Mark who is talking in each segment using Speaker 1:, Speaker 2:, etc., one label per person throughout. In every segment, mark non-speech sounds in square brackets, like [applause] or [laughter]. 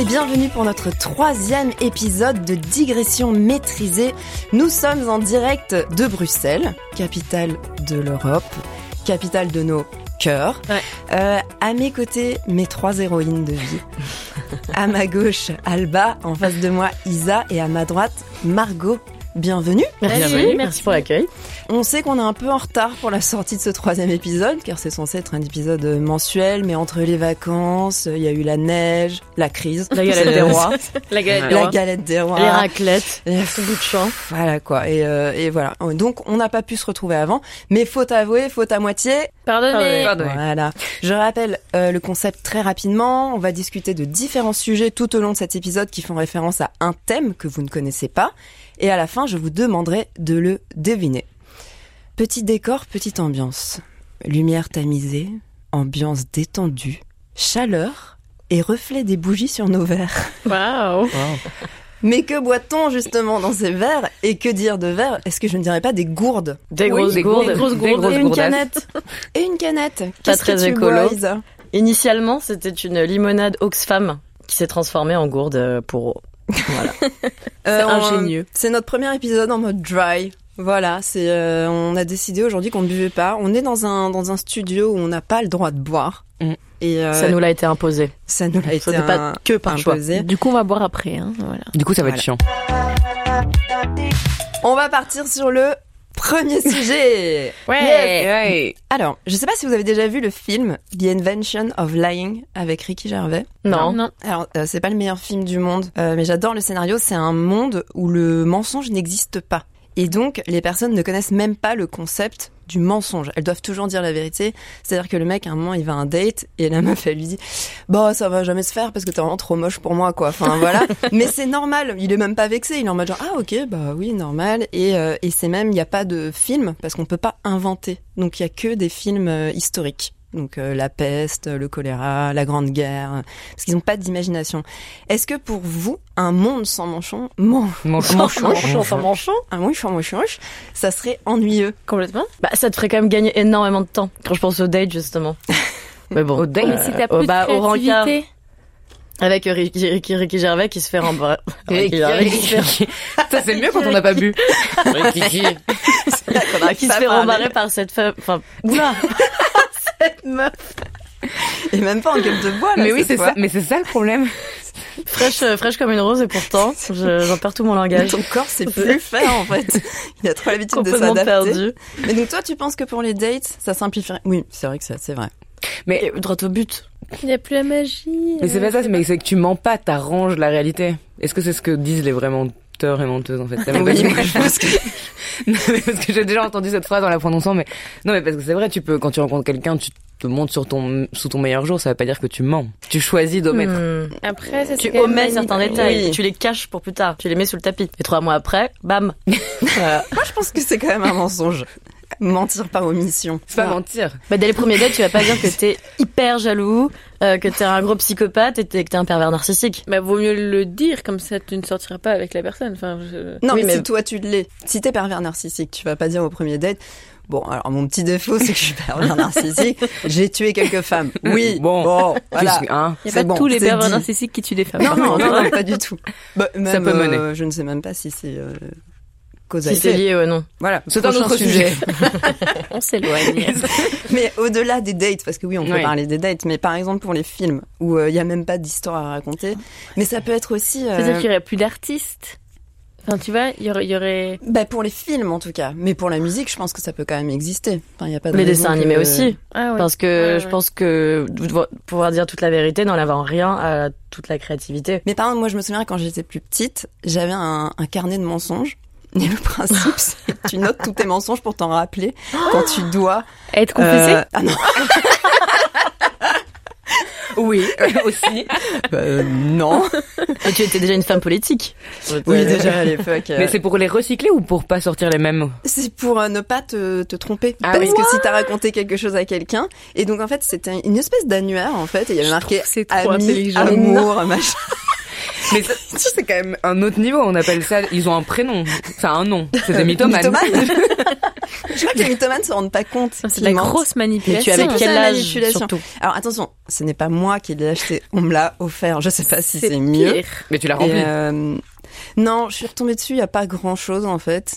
Speaker 1: et bienvenue pour notre troisième épisode de Digression maîtrisée. Nous sommes en direct de Bruxelles, capitale de l'Europe, capitale de nos cœurs.
Speaker 2: Ouais.
Speaker 1: Euh, à mes côtés, mes trois héroïnes de vie. à ma gauche, Alba, en face de moi, Isa, et à ma droite, Margot. Bienvenue.
Speaker 2: Merci,
Speaker 3: Bienvenue,
Speaker 2: merci.
Speaker 3: merci, pour l'accueil.
Speaker 1: On sait qu'on est un peu en retard pour la sortie de ce troisième épisode, car c'est censé être un épisode mensuel, mais entre les vacances, il y a eu la neige, la crise,
Speaker 3: La galette des rois,
Speaker 2: La galette
Speaker 1: [laughs]
Speaker 2: des
Speaker 1: la
Speaker 2: rois.
Speaker 1: galette des rois.
Speaker 3: les raclettes,
Speaker 1: Et
Speaker 3: le bout de champ.
Speaker 1: Voilà quoi. Et, euh, et voilà. Donc on n'a pas pu se retrouver avant, mais faute avouée, faute à moitié.
Speaker 2: Pardonnez.
Speaker 3: Ah
Speaker 1: Ah
Speaker 3: bah
Speaker 1: Voilà. Je rappelle euh, le concept très rapidement. On va discuter de différents sujets tout au long de cet épisode qui font référence à un thème que vous ne connaissez pas. Et à la fin, je vous demanderai de le deviner. Petit décor, petite ambiance. Lumière tamisée, ambiance détendue, chaleur et reflet des bougies sur nos verres.
Speaker 2: Waouh.
Speaker 1: Mais que boit-on justement dans ces verres Et que dire de verres Est-ce que je ne dirais pas des gourdes
Speaker 3: Des
Speaker 2: Oui,
Speaker 3: grosses
Speaker 2: des
Speaker 3: gourdes,
Speaker 2: grosses
Speaker 3: des
Speaker 2: gourdes.
Speaker 3: grosses
Speaker 1: Et une
Speaker 3: gourdasses.
Speaker 1: canette Et une canette
Speaker 3: Pas
Speaker 1: Qu'est-ce que
Speaker 3: très
Speaker 1: tu bois,
Speaker 3: écolo.
Speaker 1: Isa
Speaker 3: Initialement, c'était une limonade Oxfam qui s'est transformée en gourde euh, pour eau. Voilà.
Speaker 1: Euh, on-
Speaker 3: ingénieux.
Speaker 1: C'est notre premier épisode en mode dry. Voilà, c'est euh, on a décidé aujourd'hui qu'on ne buvait pas. On est dans un dans un studio où on n'a pas le droit de boire.
Speaker 3: Mm.
Speaker 1: Et euh,
Speaker 3: Ça nous l'a été imposé.
Speaker 1: ça nous l'a été
Speaker 3: Ça n'est pas
Speaker 1: un-
Speaker 3: que par choix.
Speaker 1: imposé.
Speaker 4: Du coup, on va boire après. Hein, voilà.
Speaker 5: Du coup, ça va
Speaker 1: Voilà.
Speaker 5: être chiant.
Speaker 1: On va partir sur le premier sujet.
Speaker 2: Ouais.
Speaker 1: Alors, je sais pas si vous avez déjà vu le film The Invention of Lying avec Ricky Gervais.
Speaker 3: Non.
Speaker 1: Alors, euh, c'est pas le meilleur film du monde, euh, mais j'adore le scénario. C'est un monde où le mensonge n'existe pas. Et donc, les personnes ne connaissent même pas le concept du mensonge. Elles doivent toujours dire la vérité. C'est-à-dire que le mec, à un moment, il va à un date et la meuf, elle lui dit Bah, ça va jamais se faire parce que t'es vraiment trop moche pour moi, quoi. Enfin, voilà. Mais c'est normal. Il est même pas vexé. Il est en mode genre Ah, ok, bah oui, normal. Et, euh, et c'est même, il n'y a pas de film parce qu'on peut pas inventer. Donc, il y a que des films euh, historiques. Donc, euh, la peste, le choléra, la grande guerre, parce qu'ils n'ont pas d'imagination. Est-ce que pour vous, un monde sans manchon, man-
Speaker 3: Manchon, sans manchon.
Speaker 1: un mouche en mouche mouche, ça serait ennuyeux
Speaker 2: Complètement.
Speaker 3: Bah, ça te ferait quand même gagner énormément de temps quand je pense au date, justement. Mais bon. Au date?
Speaker 4: Mais si t'as plus
Speaker 3: bah,
Speaker 4: de
Speaker 3: au rencard.
Speaker 4: créativité,
Speaker 3: Avec Ricky, Ricky, Ricky Gervais qui se fait rembarrer. [laughs] Ricky Gervais qui se
Speaker 5: [laughs]
Speaker 3: fait-
Speaker 5: Ça, c'est mieux quand on n'a pas bu.
Speaker 3: Bah, qui se fait rembarrer par cette femme. Enfin, oula. cette meuf.
Speaker 1: Et même pas en gueule de bois, là,
Speaker 5: [laughs] Mais oui,
Speaker 1: cette
Speaker 5: c'est
Speaker 1: fois.
Speaker 5: ça. Mais c'est ça le problème.
Speaker 3: Fraîche, euh, fraîche comme une rose et pourtant, je- j'en perds tout
Speaker 1: [laughs]
Speaker 3: mon langage.
Speaker 1: Ton corps sait plus faire, en fait. Il a trop l'habitude de
Speaker 3: Complètement
Speaker 1: s'adapter.
Speaker 3: perdu.
Speaker 1: Mais donc, toi, tu penses que pour les dates, ça simplifierait Oui, c'est vrai que ça, c'est vrai.
Speaker 3: Et droit au but.
Speaker 4: Il n'y a plus la magie.
Speaker 5: Mais c'est
Speaker 4: euh,
Speaker 5: pas ça. Mais c'est que tu mens pas, t'arranges la réalité. Est-ce que c'est ce que disent les vrais menteurs et menteuses en fait Ça m'est pas
Speaker 1: Oui,
Speaker 5: dit.
Speaker 1: moi, je pense que
Speaker 5: Non, mais [laughs] parce que j'ai déjà entendu cette phrase en la prononçant, mais non, mais parce que c'est vrai, tu peux quand tu rencontres quelqu'un, tu te montres sur ton sous ton meilleur jour, ça veut pas dire que tu mens. Tu choisis d'omettre.
Speaker 3: Hmm.
Speaker 4: Après, ça, c'est
Speaker 3: Tu
Speaker 4: quand même
Speaker 3: omets certains
Speaker 4: manipulé.
Speaker 3: détails,
Speaker 1: Oui.
Speaker 3: tu les caches pour plus tard, tu les mets sous le tapis. Et trois mois après, bam. Euh, Voilà.
Speaker 1: Moi, [laughs] je pense que c'est quand même un mensonge. Mentir par omission.
Speaker 5: C'est pas
Speaker 1: Non.
Speaker 5: mentir.
Speaker 3: bah, dès les premiers dates, tu vas pas dire que t'es hyper jaloux, euh, que t'es un gros psychopathe et t'es- que t'es un pervers narcissique.
Speaker 2: Bah, vaut mieux le dire, comme ça tu ne sortiras pas avec la personne. Enfin, je...
Speaker 1: Non,
Speaker 3: Oui,
Speaker 1: mais,
Speaker 3: mais-
Speaker 1: si toi tu l'es, si t'es pervers narcissique, tu vas pas dire au premier date. Bon, alors mon petit défaut, c'est que je suis pervers narcissique. J'ai tué quelques femmes. Oui, bon,
Speaker 5: Bon.
Speaker 1: voilà.
Speaker 5: Qu'est-ce que- hein
Speaker 4: Il n'y a
Speaker 1: C'est
Speaker 4: pas
Speaker 1: bon,
Speaker 4: tous les
Speaker 1: c'est
Speaker 4: pervers
Speaker 1: dit.
Speaker 4: narcissiques qui tuent des femmes.
Speaker 1: Non, non, non, non, pas du tout. Bah, même,
Speaker 5: peut mener.
Speaker 1: euh, je ne sais même pas si c'est euh, cause à
Speaker 3: Si c'est
Speaker 1: effet.
Speaker 3: lié, ouais, non.
Speaker 1: Voilà,
Speaker 5: C'est un
Speaker 1: prochain
Speaker 5: autre sujet.
Speaker 4: On s'éloigne.
Speaker 1: [laughs] mais au-delà des dates, parce que oui, on peut
Speaker 5: Oui.
Speaker 1: parler des dates, mais par exemple pour les films où euh, il y a même pas d'histoire à raconter, mais ça peut être aussi. euh,
Speaker 4: C'est-à-dire qu'il n'y aurait plus d'artistes.
Speaker 2: Enfin, tu vois, il y aurait. il y aurait-
Speaker 1: bah, pour les films en tout cas, mais pour la musique, je pense que ça peut quand même exister. Enfin, il y a
Speaker 5: Bah,
Speaker 1: pas de
Speaker 3: Les
Speaker 1: raison
Speaker 3: dessins
Speaker 1: que-
Speaker 5: euh,
Speaker 3: animés aussi.
Speaker 2: Ah ouais.
Speaker 3: Parce que
Speaker 2: Ouais,
Speaker 3: je
Speaker 2: ouais.
Speaker 3: pense que devoir- pouvoir dire toute la vérité n'enlève en rien à toute la créativité.
Speaker 1: Mes parents, moi, je me souviens quand j'étais plus petite, j'avais un, un carnet de mensonges. [laughs] Et le principe,
Speaker 4: [laughs]
Speaker 1: c'est que tu notes tous tes mensonges pour t'en rappeler quand tu
Speaker 4: [gasps]
Speaker 1: dois.
Speaker 4: Être confessé
Speaker 1: Euh, ah non.
Speaker 5: Oui, aussi.
Speaker 1: non.
Speaker 3: Et tu étais déjà une femme politique.
Speaker 1: Oui, déjà à [laughs] l'époque. euh,
Speaker 5: Mais c'est pour les recycler ou pour pas sortir les mêmes
Speaker 1: C'est pour euh, ne pas te, te tromper.
Speaker 5: Ah
Speaker 1: Parce
Speaker 5: oui.
Speaker 1: que si t'as raconté quelque chose à quelqu'un, et donc en fait, c'était une espèce d'annuaire, en fait, et il y avait marqué
Speaker 4: trouve c'est trop
Speaker 1: ami,
Speaker 4: intelligent.
Speaker 1: amour, machin.
Speaker 5: [laughs] Mais ça, ça, c'est quand même
Speaker 1: [laughs]
Speaker 4: [laughs]
Speaker 5: un autre niveau. On appelle ça. Ils ont un prénom. Ça a un nom. C'est des mythomanes.
Speaker 1: Mythomane. Je crois que les mythomanes se rendent pas compte.
Speaker 4: C'est
Speaker 1: qu'ils
Speaker 4: de la
Speaker 1: mentent.
Speaker 4: grosse
Speaker 3: Mais tu
Speaker 4: manipulation.
Speaker 3: es avec
Speaker 1: C'est
Speaker 3: quel
Speaker 1: la
Speaker 3: âge
Speaker 1: manipulation.
Speaker 3: surtout
Speaker 1: Alors attention, ce n'est pas moi qui l'ai acheté, on me l'a offert. Je sais pas si c'est mieux.
Speaker 4: pire.
Speaker 5: [laughs] Mais tu l'as
Speaker 1: Et,
Speaker 5: rempli.
Speaker 1: euh, non, je suis retombée dessus, il n'y a pas grand chose en fait.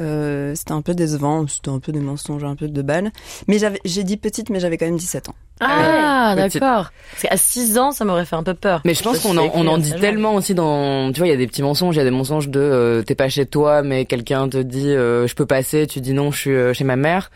Speaker 1: Euh, c'était un peu décevant, c'était un peu des mensonges, un peu de balles. Mais j'avais, j'ai dit petite, mais j'avais quand même 17 ans.
Speaker 3: Ah,
Speaker 5: Ouais.
Speaker 3: d'accord. Parce qu'à 6 ans, ça m'aurait fait un peu peur.
Speaker 5: Mais je pense
Speaker 3: Ça,
Speaker 5: qu'on
Speaker 3: c'est
Speaker 5: en, on en
Speaker 3: écrit,
Speaker 5: dit
Speaker 3: ça, je
Speaker 5: tellement aussi dans, tu vois, il y a des petits mensonges, il y a des mensonges de euh, t'es pas chez toi, mais quelqu'un te dit euh, je peux passer, tu dis non, je suis euh, chez ma mère.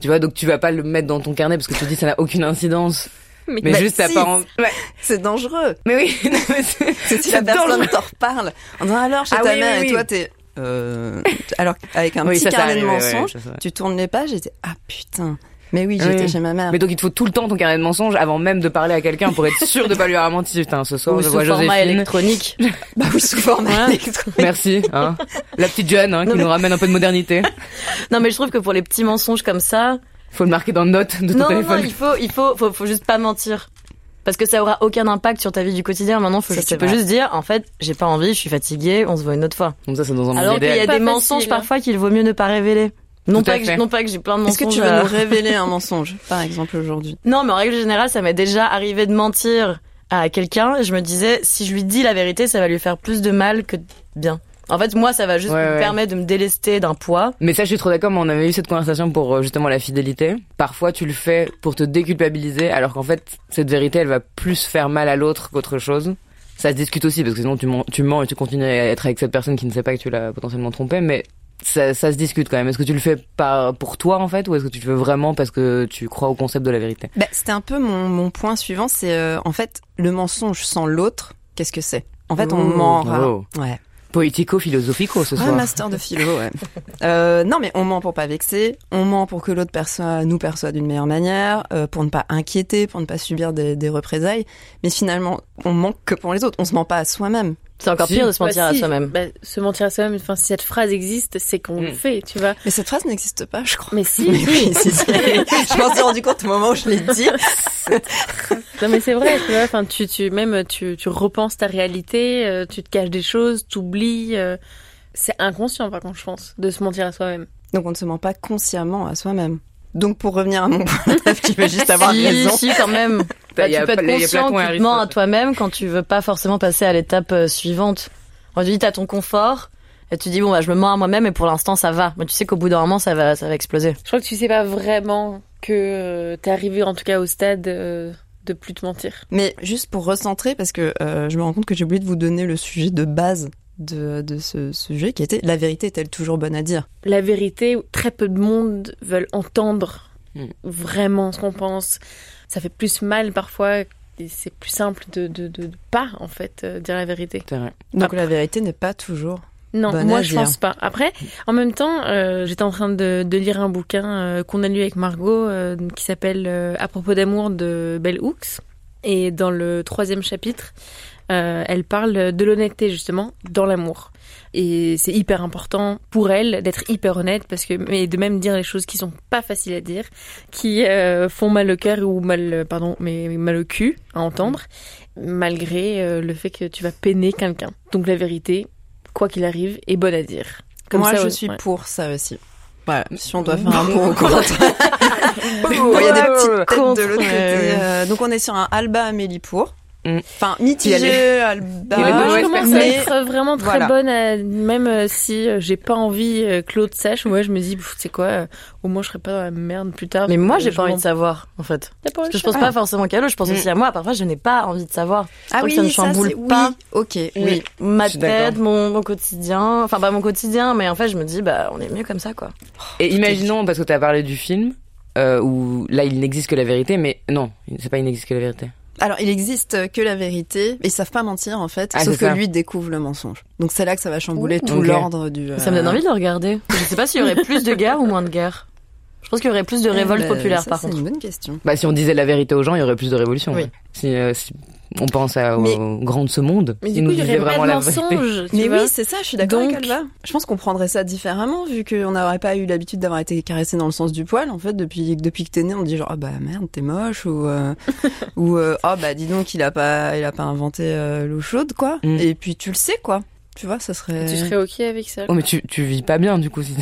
Speaker 5: Tu vois, donc tu vas pas le mettre dans ton carnet parce que tu dis ça n'a aucune incidence. Mais
Speaker 1: bah,
Speaker 5: juste t'as
Speaker 1: si.
Speaker 5: pas envie. Ouais.
Speaker 1: C'est dangereux.
Speaker 5: Mais oui. [laughs] non, mais c'est-
Speaker 1: C'est si la
Speaker 5: C'est
Speaker 1: personne
Speaker 5: dangereux.
Speaker 1: t'en reparle en disant alors chez
Speaker 5: Ah
Speaker 1: ta
Speaker 5: oui,
Speaker 1: mère
Speaker 5: oui,
Speaker 1: et
Speaker 5: oui.
Speaker 1: toi t'es. Euh, alors avec un
Speaker 5: Oui,
Speaker 1: petit
Speaker 5: ça, ça
Speaker 1: carnet de
Speaker 5: arrive, ouais, ouais,
Speaker 1: mensonges,
Speaker 5: ça, ça.
Speaker 1: tu tournes les pages et t'es ah putain. Mais oui,
Speaker 5: Oui.
Speaker 1: j'étais chez ma mère.
Speaker 5: Mais donc il te faut tout le temps ton carnet de mensonges avant même de parler à quelqu'un pour être sûr de pas lui avoir menti. Putain, ce soir
Speaker 3: Ou
Speaker 5: hein, je
Speaker 3: sous
Speaker 5: vois
Speaker 3: format
Speaker 5: Joséphine. [laughs]
Speaker 3: électronique.
Speaker 1: Bah oui, sous format
Speaker 3: Ouais.
Speaker 1: électronique.
Speaker 5: Merci, hein. La petite jeune, hein, qui
Speaker 3: Non, mais-
Speaker 5: nous ramène un peu de modernité.
Speaker 3: Non, mais je trouve que pour les petits mensonges comme ça,
Speaker 5: Faut le marquer dans note de ton
Speaker 3: non, non,
Speaker 5: téléphone.
Speaker 3: non, il faut, il faut, faut, faut juste pas mentir. Parce que ça aura aucun impact sur ta vie du quotidien. Maintenant, faut
Speaker 1: Ça,
Speaker 3: juste,
Speaker 1: c'est
Speaker 3: tu peux
Speaker 1: vrai.
Speaker 3: juste dire, en fait, j'ai pas envie, je suis fatiguée, on se voit une autre fois.
Speaker 5: Comme ça, c'est dans un monde
Speaker 3: Alors qu'il y
Speaker 5: idéal.
Speaker 3: a
Speaker 2: Pas
Speaker 3: des
Speaker 2: facile,
Speaker 3: mensonges
Speaker 2: hein.
Speaker 3: parfois qu'il vaut mieux ne pas révéler. Non
Speaker 5: Tout à
Speaker 3: pas, que,
Speaker 5: fait.
Speaker 3: j'ai- non pas que j'ai plein de
Speaker 1: Est-ce que
Speaker 3: mensonges.
Speaker 1: tu veux
Speaker 3: à-
Speaker 1: nous révéler un mensonge, par exemple aujourd'hui
Speaker 3: [laughs] Non, mais en règle générale, ça m'est déjà arrivé de mentir à quelqu'un et je me disais, si je lui dis la vérité, ça va lui faire plus de mal que de bien. En fait, moi, ça va juste
Speaker 5: Ouais,
Speaker 3: me
Speaker 5: ouais.
Speaker 3: permettre de me délester d'un poids.
Speaker 5: Mais ça, je suis trop d'accord, mais on avait eu cette conversation pour euh, justement la fidélité. Parfois, tu le fais pour te déculpabiliser, alors qu'en fait, cette vérité, elle va plus faire mal à l'autre qu'autre chose. Ça se discute aussi, parce que sinon, tu mens, tu mens et tu continues à être avec cette personne qui ne sait pas que tu l'as potentiellement trompée, mais ça, ça se discute quand même. Est-ce que tu le fais par, pour toi, en fait, ou est-ce que tu le fais vraiment parce que tu crois au concept de la vérité
Speaker 1: Bah, C'était un peu mon, mon point suivant, c'est euh, en fait le mensonge sans l'autre, qu'est-ce que c'est En fait, on
Speaker 5: Ouh,
Speaker 1: ment
Speaker 3: hein.
Speaker 1: rare.
Speaker 5: oh.
Speaker 1: Ouais.
Speaker 5: Poético-philosophico, ce
Speaker 1: Ouais,
Speaker 5: soir.
Speaker 1: master de philo, [laughs] ouais. Euh, non, mais on ment pour pas vexer, on ment pour que l'autre perçoit, nous perçoit d'une meilleure manière, euh, pour ne pas inquiéter, pour ne pas subir des, des représailles. Mais finalement, on ment que pour les autres, on se ment pas à soi-même.
Speaker 3: C'est encore
Speaker 5: Si.
Speaker 3: pire de se
Speaker 2: Bah,
Speaker 3: mentir à
Speaker 2: si.
Speaker 3: soi-même.
Speaker 2: Bah, se mentir à soi-même, enfin, si cette phrase existe, c'est qu'on
Speaker 5: Mm.
Speaker 2: le fait, tu vois.
Speaker 1: Mais cette phrase n'existe pas, je crois. [laughs]
Speaker 2: Mais si,
Speaker 1: Oui, si, si. [laughs] je m'en suis rendu compte au moment où je l'ai dit.
Speaker 2: non mais c'est vrai, tu vois, enfin, tu, tu, même, tu, tu repenses ta réalité, euh, tu te caches des choses, t'oublies. euh, c'est inconscient, par contre, je pense, de se mentir à soi-même.
Speaker 1: Donc on ne se ment pas consciemment à soi-même. Donc pour revenir à mon [laughs] point, tu veux juste avoir
Speaker 3: si,
Speaker 1: raison.
Speaker 3: si, quand même. Bah,
Speaker 5: Il y
Speaker 3: tu
Speaker 5: a
Speaker 3: peux être
Speaker 5: pas- il y a
Speaker 3: conscient
Speaker 5: Platon
Speaker 3: que
Speaker 5: et
Speaker 3: tu te mens à
Speaker 5: Aristote.
Speaker 3: toi-même quand tu veux pas forcément passer à l'étape euh, suivante. On te dit, t'as ton confort. Et tu dis, bon, bah, je me mens à moi-même et pour l'instant, ça va. Mais tu sais qu'au bout d'un moment, ça va, ça va exploser.
Speaker 2: Je crois que tu sais pas vraiment que euh, t'es arrivé, en tout cas, au stade euh, de plus te mentir.
Speaker 1: Mais juste pour recentrer, parce que euh, je me rends compte que j'ai oublié de vous donner le sujet de base de, de ce sujet qui était la vérité est-elle toujours bonne à dire
Speaker 2: la vérité, très peu de monde veulent entendre
Speaker 5: Mm.
Speaker 2: vraiment ce qu'on pense. Ça fait plus mal parfois. et C'est plus simple de, de, de, de pas, en fait, euh, dire la vérité.
Speaker 5: C'est [laughs] vrai.
Speaker 1: Donc
Speaker 2: Après-
Speaker 1: la vérité n'est pas toujours.
Speaker 2: Non,
Speaker 1: Bonne
Speaker 2: moi,
Speaker 1: à
Speaker 2: je
Speaker 1: dire.
Speaker 2: pense pas. Après, en même temps, euh, j'étais en train de, de lire un bouquin euh, qu'on a lu avec Margot euh, qui s'appelle euh, À propos d'amour de Bell Hooks. Et dans le troisième chapitre, euh, elle parle de l'honnêteté, justement, dans l'amour. Et c'est hyper important pour elle d'être hyper honnête parce que, mais de même dire les choses qui sont pas faciles à dire, qui euh, font mal au cœur ou mal, euh, pardon, mais mal au cul à entendre, malgré euh, le fait que tu vas peiner quelqu'un. Donc la vérité, quoi qu'il arrive, est bonne à dire. Comme
Speaker 1: Moi,
Speaker 2: ça,
Speaker 1: je
Speaker 2: ouais.
Speaker 1: suis
Speaker 2: Ouais.
Speaker 1: pour ça aussi. Voilà, si on doit faire un mot au contre.
Speaker 5: Oh,
Speaker 1: Mm. [laughs] Il y a des petites têtes
Speaker 3: Contre,
Speaker 1: de l'autre côté.
Speaker 3: ouais, ouais.
Speaker 1: Euh, donc on est sur un Alba Amélie pour.
Speaker 5: Mm.
Speaker 1: Enfin,
Speaker 5: Il y
Speaker 1: mitigé
Speaker 5: il y a
Speaker 2: moi,
Speaker 5: des
Speaker 1: Alba. Ah,
Speaker 5: mauvaises
Speaker 2: je commence à
Speaker 1: personnes.
Speaker 2: être vraiment très
Speaker 1: Voilà.
Speaker 2: bonne, à- même euh, si euh, j'ai pas envie euh, que l'autre sache. Moi, je me dis, pff, tu sais quoi, euh, au moins je serai pas dans la merde plus tard.
Speaker 3: Mais moi,
Speaker 2: Euh,
Speaker 3: j'ai
Speaker 2: je
Speaker 3: pas envie
Speaker 2: m'en-
Speaker 3: de savoir, en fait.
Speaker 2: T'as pas
Speaker 3: Parce
Speaker 2: envie
Speaker 3: que je
Speaker 2: de
Speaker 3: pense
Speaker 2: savoir.
Speaker 3: pas forcément qu'à eux, je pense
Speaker 5: Mm.
Speaker 3: aussi à moi. Parfois, je n'ai pas envie de savoir.
Speaker 1: Ah
Speaker 3: Donc, ça ne chamboule pas.
Speaker 1: Oui. Ok, oui.
Speaker 3: Oui, ma
Speaker 5: Je suis d'accord.
Speaker 3: tête, mon, mon quotidien, enfin pas mon quotidien, mais en fait je me dis bah on est mieux comme ça quoi.
Speaker 2: oh.
Speaker 5: Et imaginons, parce que t'as parlé du film, euh, où là, il n'existe que la vérité, mais non, c'est pas il n'existe que la vérité.
Speaker 1: Alors, il existe que la vérité. Ils savent pas mentir, en fait.
Speaker 5: Ah,
Speaker 1: sauf
Speaker 5: c'est
Speaker 1: que
Speaker 5: ça.
Speaker 1: lui découvre le mensonge. Donc, c'est là que ça va chambouler tout
Speaker 5: Ok.
Speaker 1: l'ordre du.
Speaker 3: Ça me donne
Speaker 1: euh,
Speaker 3: envie de le regarder. Je sais pas s'il y aurait plus de guerre ou moins de guerre. Je pense qu'il y aurait plus de
Speaker 1: eh
Speaker 3: révolte
Speaker 1: ben,
Speaker 3: populaire
Speaker 1: ça,
Speaker 3: par
Speaker 1: C'est
Speaker 3: contre.
Speaker 1: une bonne question.
Speaker 5: Bah, si on disait la vérité aux gens, il y aurait plus de révolution.
Speaker 3: Oui.
Speaker 5: ouais. Si, euh, si on pense à,
Speaker 1: Mais-
Speaker 5: aux grands de ce monde,
Speaker 2: Mais
Speaker 5: si
Speaker 2: du
Speaker 5: nous
Speaker 2: coup, il y
Speaker 5: disaient
Speaker 2: aurait
Speaker 5: vraiment
Speaker 2: pas de
Speaker 5: la vérité. [laughs]
Speaker 2: mensonge. tu
Speaker 1: Mais
Speaker 2: vois.
Speaker 1: oui, c'est ça, je suis d'accord
Speaker 2: Donc-
Speaker 1: avec Alba. Je pense qu'on prendrait ça différemment, vu qu'on n'aurait pas eu l'habitude d'avoir été caressé dans le sens du poil. En fait, depuis, depuis que t'es né, on dit genre, ah bah merde, t'es moche, ou, euh, ou, euh, ah bah dis donc, il a pas, il a pas inventé euh, l'eau chaude, quoi.
Speaker 5: Mm.
Speaker 1: Et puis, tu le sais, quoi. Tu vois, ça serait.
Speaker 2: Tu serais ok avec ça [laughs]
Speaker 5: Oh, mais tu, tu vis pas bien, du coup. si-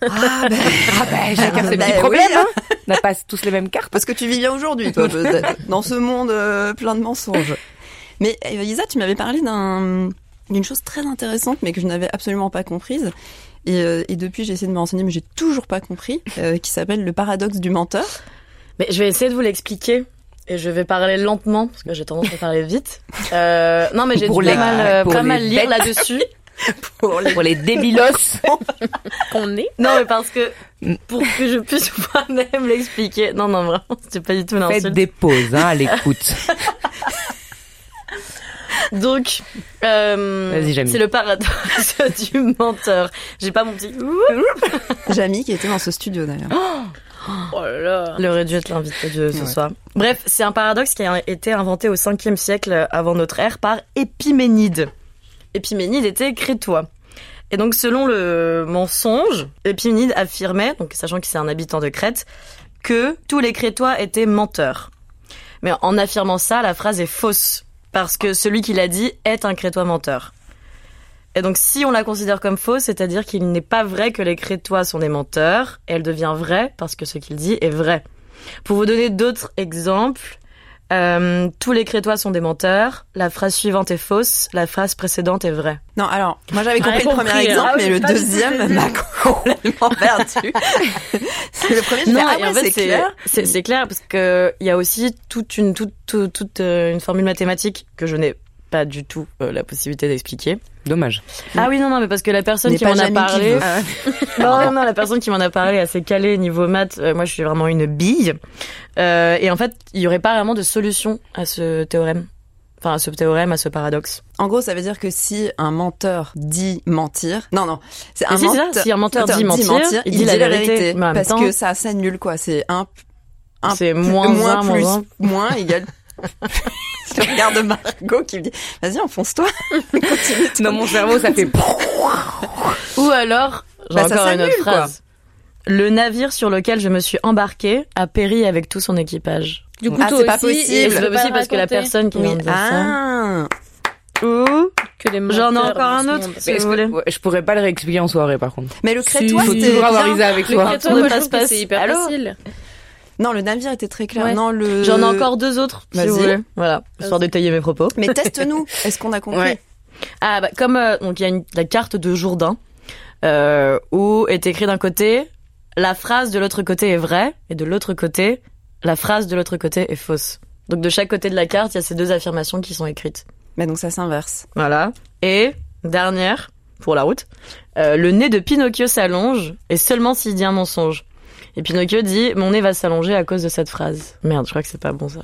Speaker 1: Ah, ben,
Speaker 5: Ah bah, [laughs] chacun
Speaker 1: [laughs]
Speaker 5: ses
Speaker 1: bah,
Speaker 5: petits
Speaker 1: oui,
Speaker 5: problèmes,
Speaker 1: hein.
Speaker 5: hein. On n'a pas tous les mêmes
Speaker 2: [laughs]
Speaker 5: cartes.
Speaker 1: parce que tu vis bien aujourd'hui, toi, peut-être, dans ce monde euh, plein de mensonges. Mais euh, Isa, tu m'avais parlé d'un- d'une chose très intéressante, mais que je n'avais absolument pas comprise. Et, euh, et depuis, j'ai essayé de me renseigner, mais j'ai toujours pas compris, euh, qui s'appelle le paradoxe du menteur.
Speaker 3: Mais je vais essayer de vous l'expliquer. Et je vais parler lentement, parce que j'ai tendance à parler vite. Euh, non, mais j'ai dû
Speaker 5: Pour
Speaker 3: pas
Speaker 5: les-
Speaker 3: mal, euh,
Speaker 5: pour
Speaker 3: pas
Speaker 5: les
Speaker 3: mal lire
Speaker 5: bêtes. [laughs]
Speaker 3: là-dessus.
Speaker 5: Pour les,
Speaker 2: [laughs]
Speaker 5: débilos.
Speaker 2: qu'on est.
Speaker 3: Non, mais parce que,
Speaker 5: Mm.
Speaker 3: pour que je puisse [laughs] moi-même l'expliquer. Non, non, vraiment, c'était pas du tout une
Speaker 5: Faites
Speaker 3: insulte.
Speaker 5: des pauses, hein, à l'écoute.
Speaker 3: Donc, euh,
Speaker 5: Vas-y, Jamie.
Speaker 3: c'est le paradoxe [laughs] du menteur. J'ai pas mon petit...
Speaker 1: Jamie, qui était dans ce studio d'ailleurs.
Speaker 2: Oh là là.
Speaker 3: Il aurait dû être l'invité de ce
Speaker 1: Ouais.
Speaker 3: soir. Bref, c'est un paradoxe qui a été inventé au 5e siècle euh, avant notre ère par Épiménide. Épiménide était crétois. Et donc, selon le mensonge, Épiménide affirmait, donc sachant que c'est un habitant de Crète, que tous les crétois étaient menteurs. Mais en affirmant ça, la phrase est fausse, parce que celui qui l'a dit est un crétois menteur. Et donc, si on la considère comme fausse, c'est-à-dire qu'il n'est pas vrai que les Crétois sont des menteurs, et elle devient vraie parce que ce qu'il dit est vrai. Pour vous donner d'autres exemples, euh, tous les Crétois sont des menteurs, la phrase suivante est fausse, la phrase précédente est vraie.
Speaker 1: Non, alors, moi j'avais compris le
Speaker 2: compris,
Speaker 1: premier
Speaker 2: hein.
Speaker 1: exemple,
Speaker 2: Ah oui,
Speaker 1: mais
Speaker 2: j'ai
Speaker 1: le
Speaker 2: pas du tout
Speaker 1: deuxième
Speaker 2: saisi.
Speaker 1: m'a complètement perdu. c'est le premier, j'ai fait, ah
Speaker 3: et
Speaker 1: ouais, c'est clair.
Speaker 3: c'est c'est clair parce que il y a aussi toute une toute toute, toute, euh, une formule mathématique que je n'ai pas du tout euh, la possibilité d'expliquer.
Speaker 2: [laughs]
Speaker 5: Dommage.
Speaker 3: Ah oui non non mais parce que la personne
Speaker 1: Mais
Speaker 3: qui
Speaker 1: pas
Speaker 3: m'en a
Speaker 1: Jamie qui
Speaker 3: parlé, euh,
Speaker 1: veut.
Speaker 3: [laughs] Non, non, non, la personne qui m'en a parlé est assez calée niveau maths. Euh, moi, je suis vraiment une bille. Euh, et en fait, il y aurait pas vraiment de solution à ce théorème. Enfin, à ce théorème, à ce paradoxe.
Speaker 1: En gros, ça veut dire que si un menteur dit mentir, non, non, c'est un
Speaker 3: Mais si, c'est ça.
Speaker 1: menteur,
Speaker 3: Si un menteur dit mentir,
Speaker 1: il, dit la, vérité,
Speaker 3: Mais en même
Speaker 1: parce
Speaker 3: temps-
Speaker 1: que ça s'annule quoi. C'est un un
Speaker 3: C'est
Speaker 1: plus-
Speaker 3: moins, un, moins
Speaker 1: plus
Speaker 3: un.
Speaker 1: [laughs] moins égale. Je regarde Margot qui me dit, vas-y, enfonce-toi. Continue.
Speaker 5: Dans mon cerveau, ça fait.
Speaker 3: Ou alors, j'ai
Speaker 1: Bah, ça
Speaker 3: encore une autre
Speaker 1: s'annule, quoi.
Speaker 3: phrase. Le navire sur lequel je me suis embarqué a péri avec tout son équipage.
Speaker 2: Du coup,
Speaker 1: Ah,
Speaker 2: toi
Speaker 1: c'est pas
Speaker 2: aussi,
Speaker 1: possible.
Speaker 2: et
Speaker 3: Et
Speaker 2: je
Speaker 3: c'est
Speaker 2: veux
Speaker 3: pas possible parce que la
Speaker 2: raconter
Speaker 3: personne qui vient de dire
Speaker 1: Ah,
Speaker 3: ça. Ou
Speaker 2: que les
Speaker 3: j'en ai
Speaker 2: menteurs
Speaker 3: encore
Speaker 2: dans
Speaker 3: un
Speaker 2: ce
Speaker 3: autre,
Speaker 2: monde.
Speaker 3: si vous
Speaker 5: Mais est-ce
Speaker 3: voulez.
Speaker 5: que- ouais, je pourrais pas le réexpliquer en soirée, par contre.
Speaker 1: mais le crétois,
Speaker 5: Faut
Speaker 1: c'était
Speaker 5: toujours avoir
Speaker 1: bien.
Speaker 5: Isa avec
Speaker 2: Le
Speaker 5: soi.
Speaker 2: crétois,
Speaker 3: Tour de
Speaker 2: moi, je trouve que
Speaker 3: passe-passe.
Speaker 2: c'est hyper
Speaker 3: Allô
Speaker 2: facile.
Speaker 1: Non, le navire était très clair.
Speaker 2: Ouais.
Speaker 1: Non, le.
Speaker 3: J'en ai encore deux autres, si
Speaker 1: euh, Vas-y.
Speaker 3: vous voulez. Voilà, histoire de tailler mes propos.
Speaker 1: Mais teste-nous. Est-ce qu'on a compris
Speaker 5: Ouais.
Speaker 3: Ah bah comme euh, donc il y a une, la carte de Jourdain euh, où est écrit d'un côté la phrase de l'autre côté est vraie et de l'autre côté la phrase de l'autre côté est fausse. Donc de chaque côté de la carte, il y a ces deux affirmations qui sont écrites.
Speaker 1: Mais donc ça
Speaker 3: [laughs]
Speaker 1: s'inverse.
Speaker 3: Voilà. Et dernière pour la route, euh, le nez de Pinocchio s'allonge et seulement s'il dit un mensonge. Et Pinocchio dit mon nez va s'allonger à cause de cette phrase. Merde, je crois que c'est pas bon ça.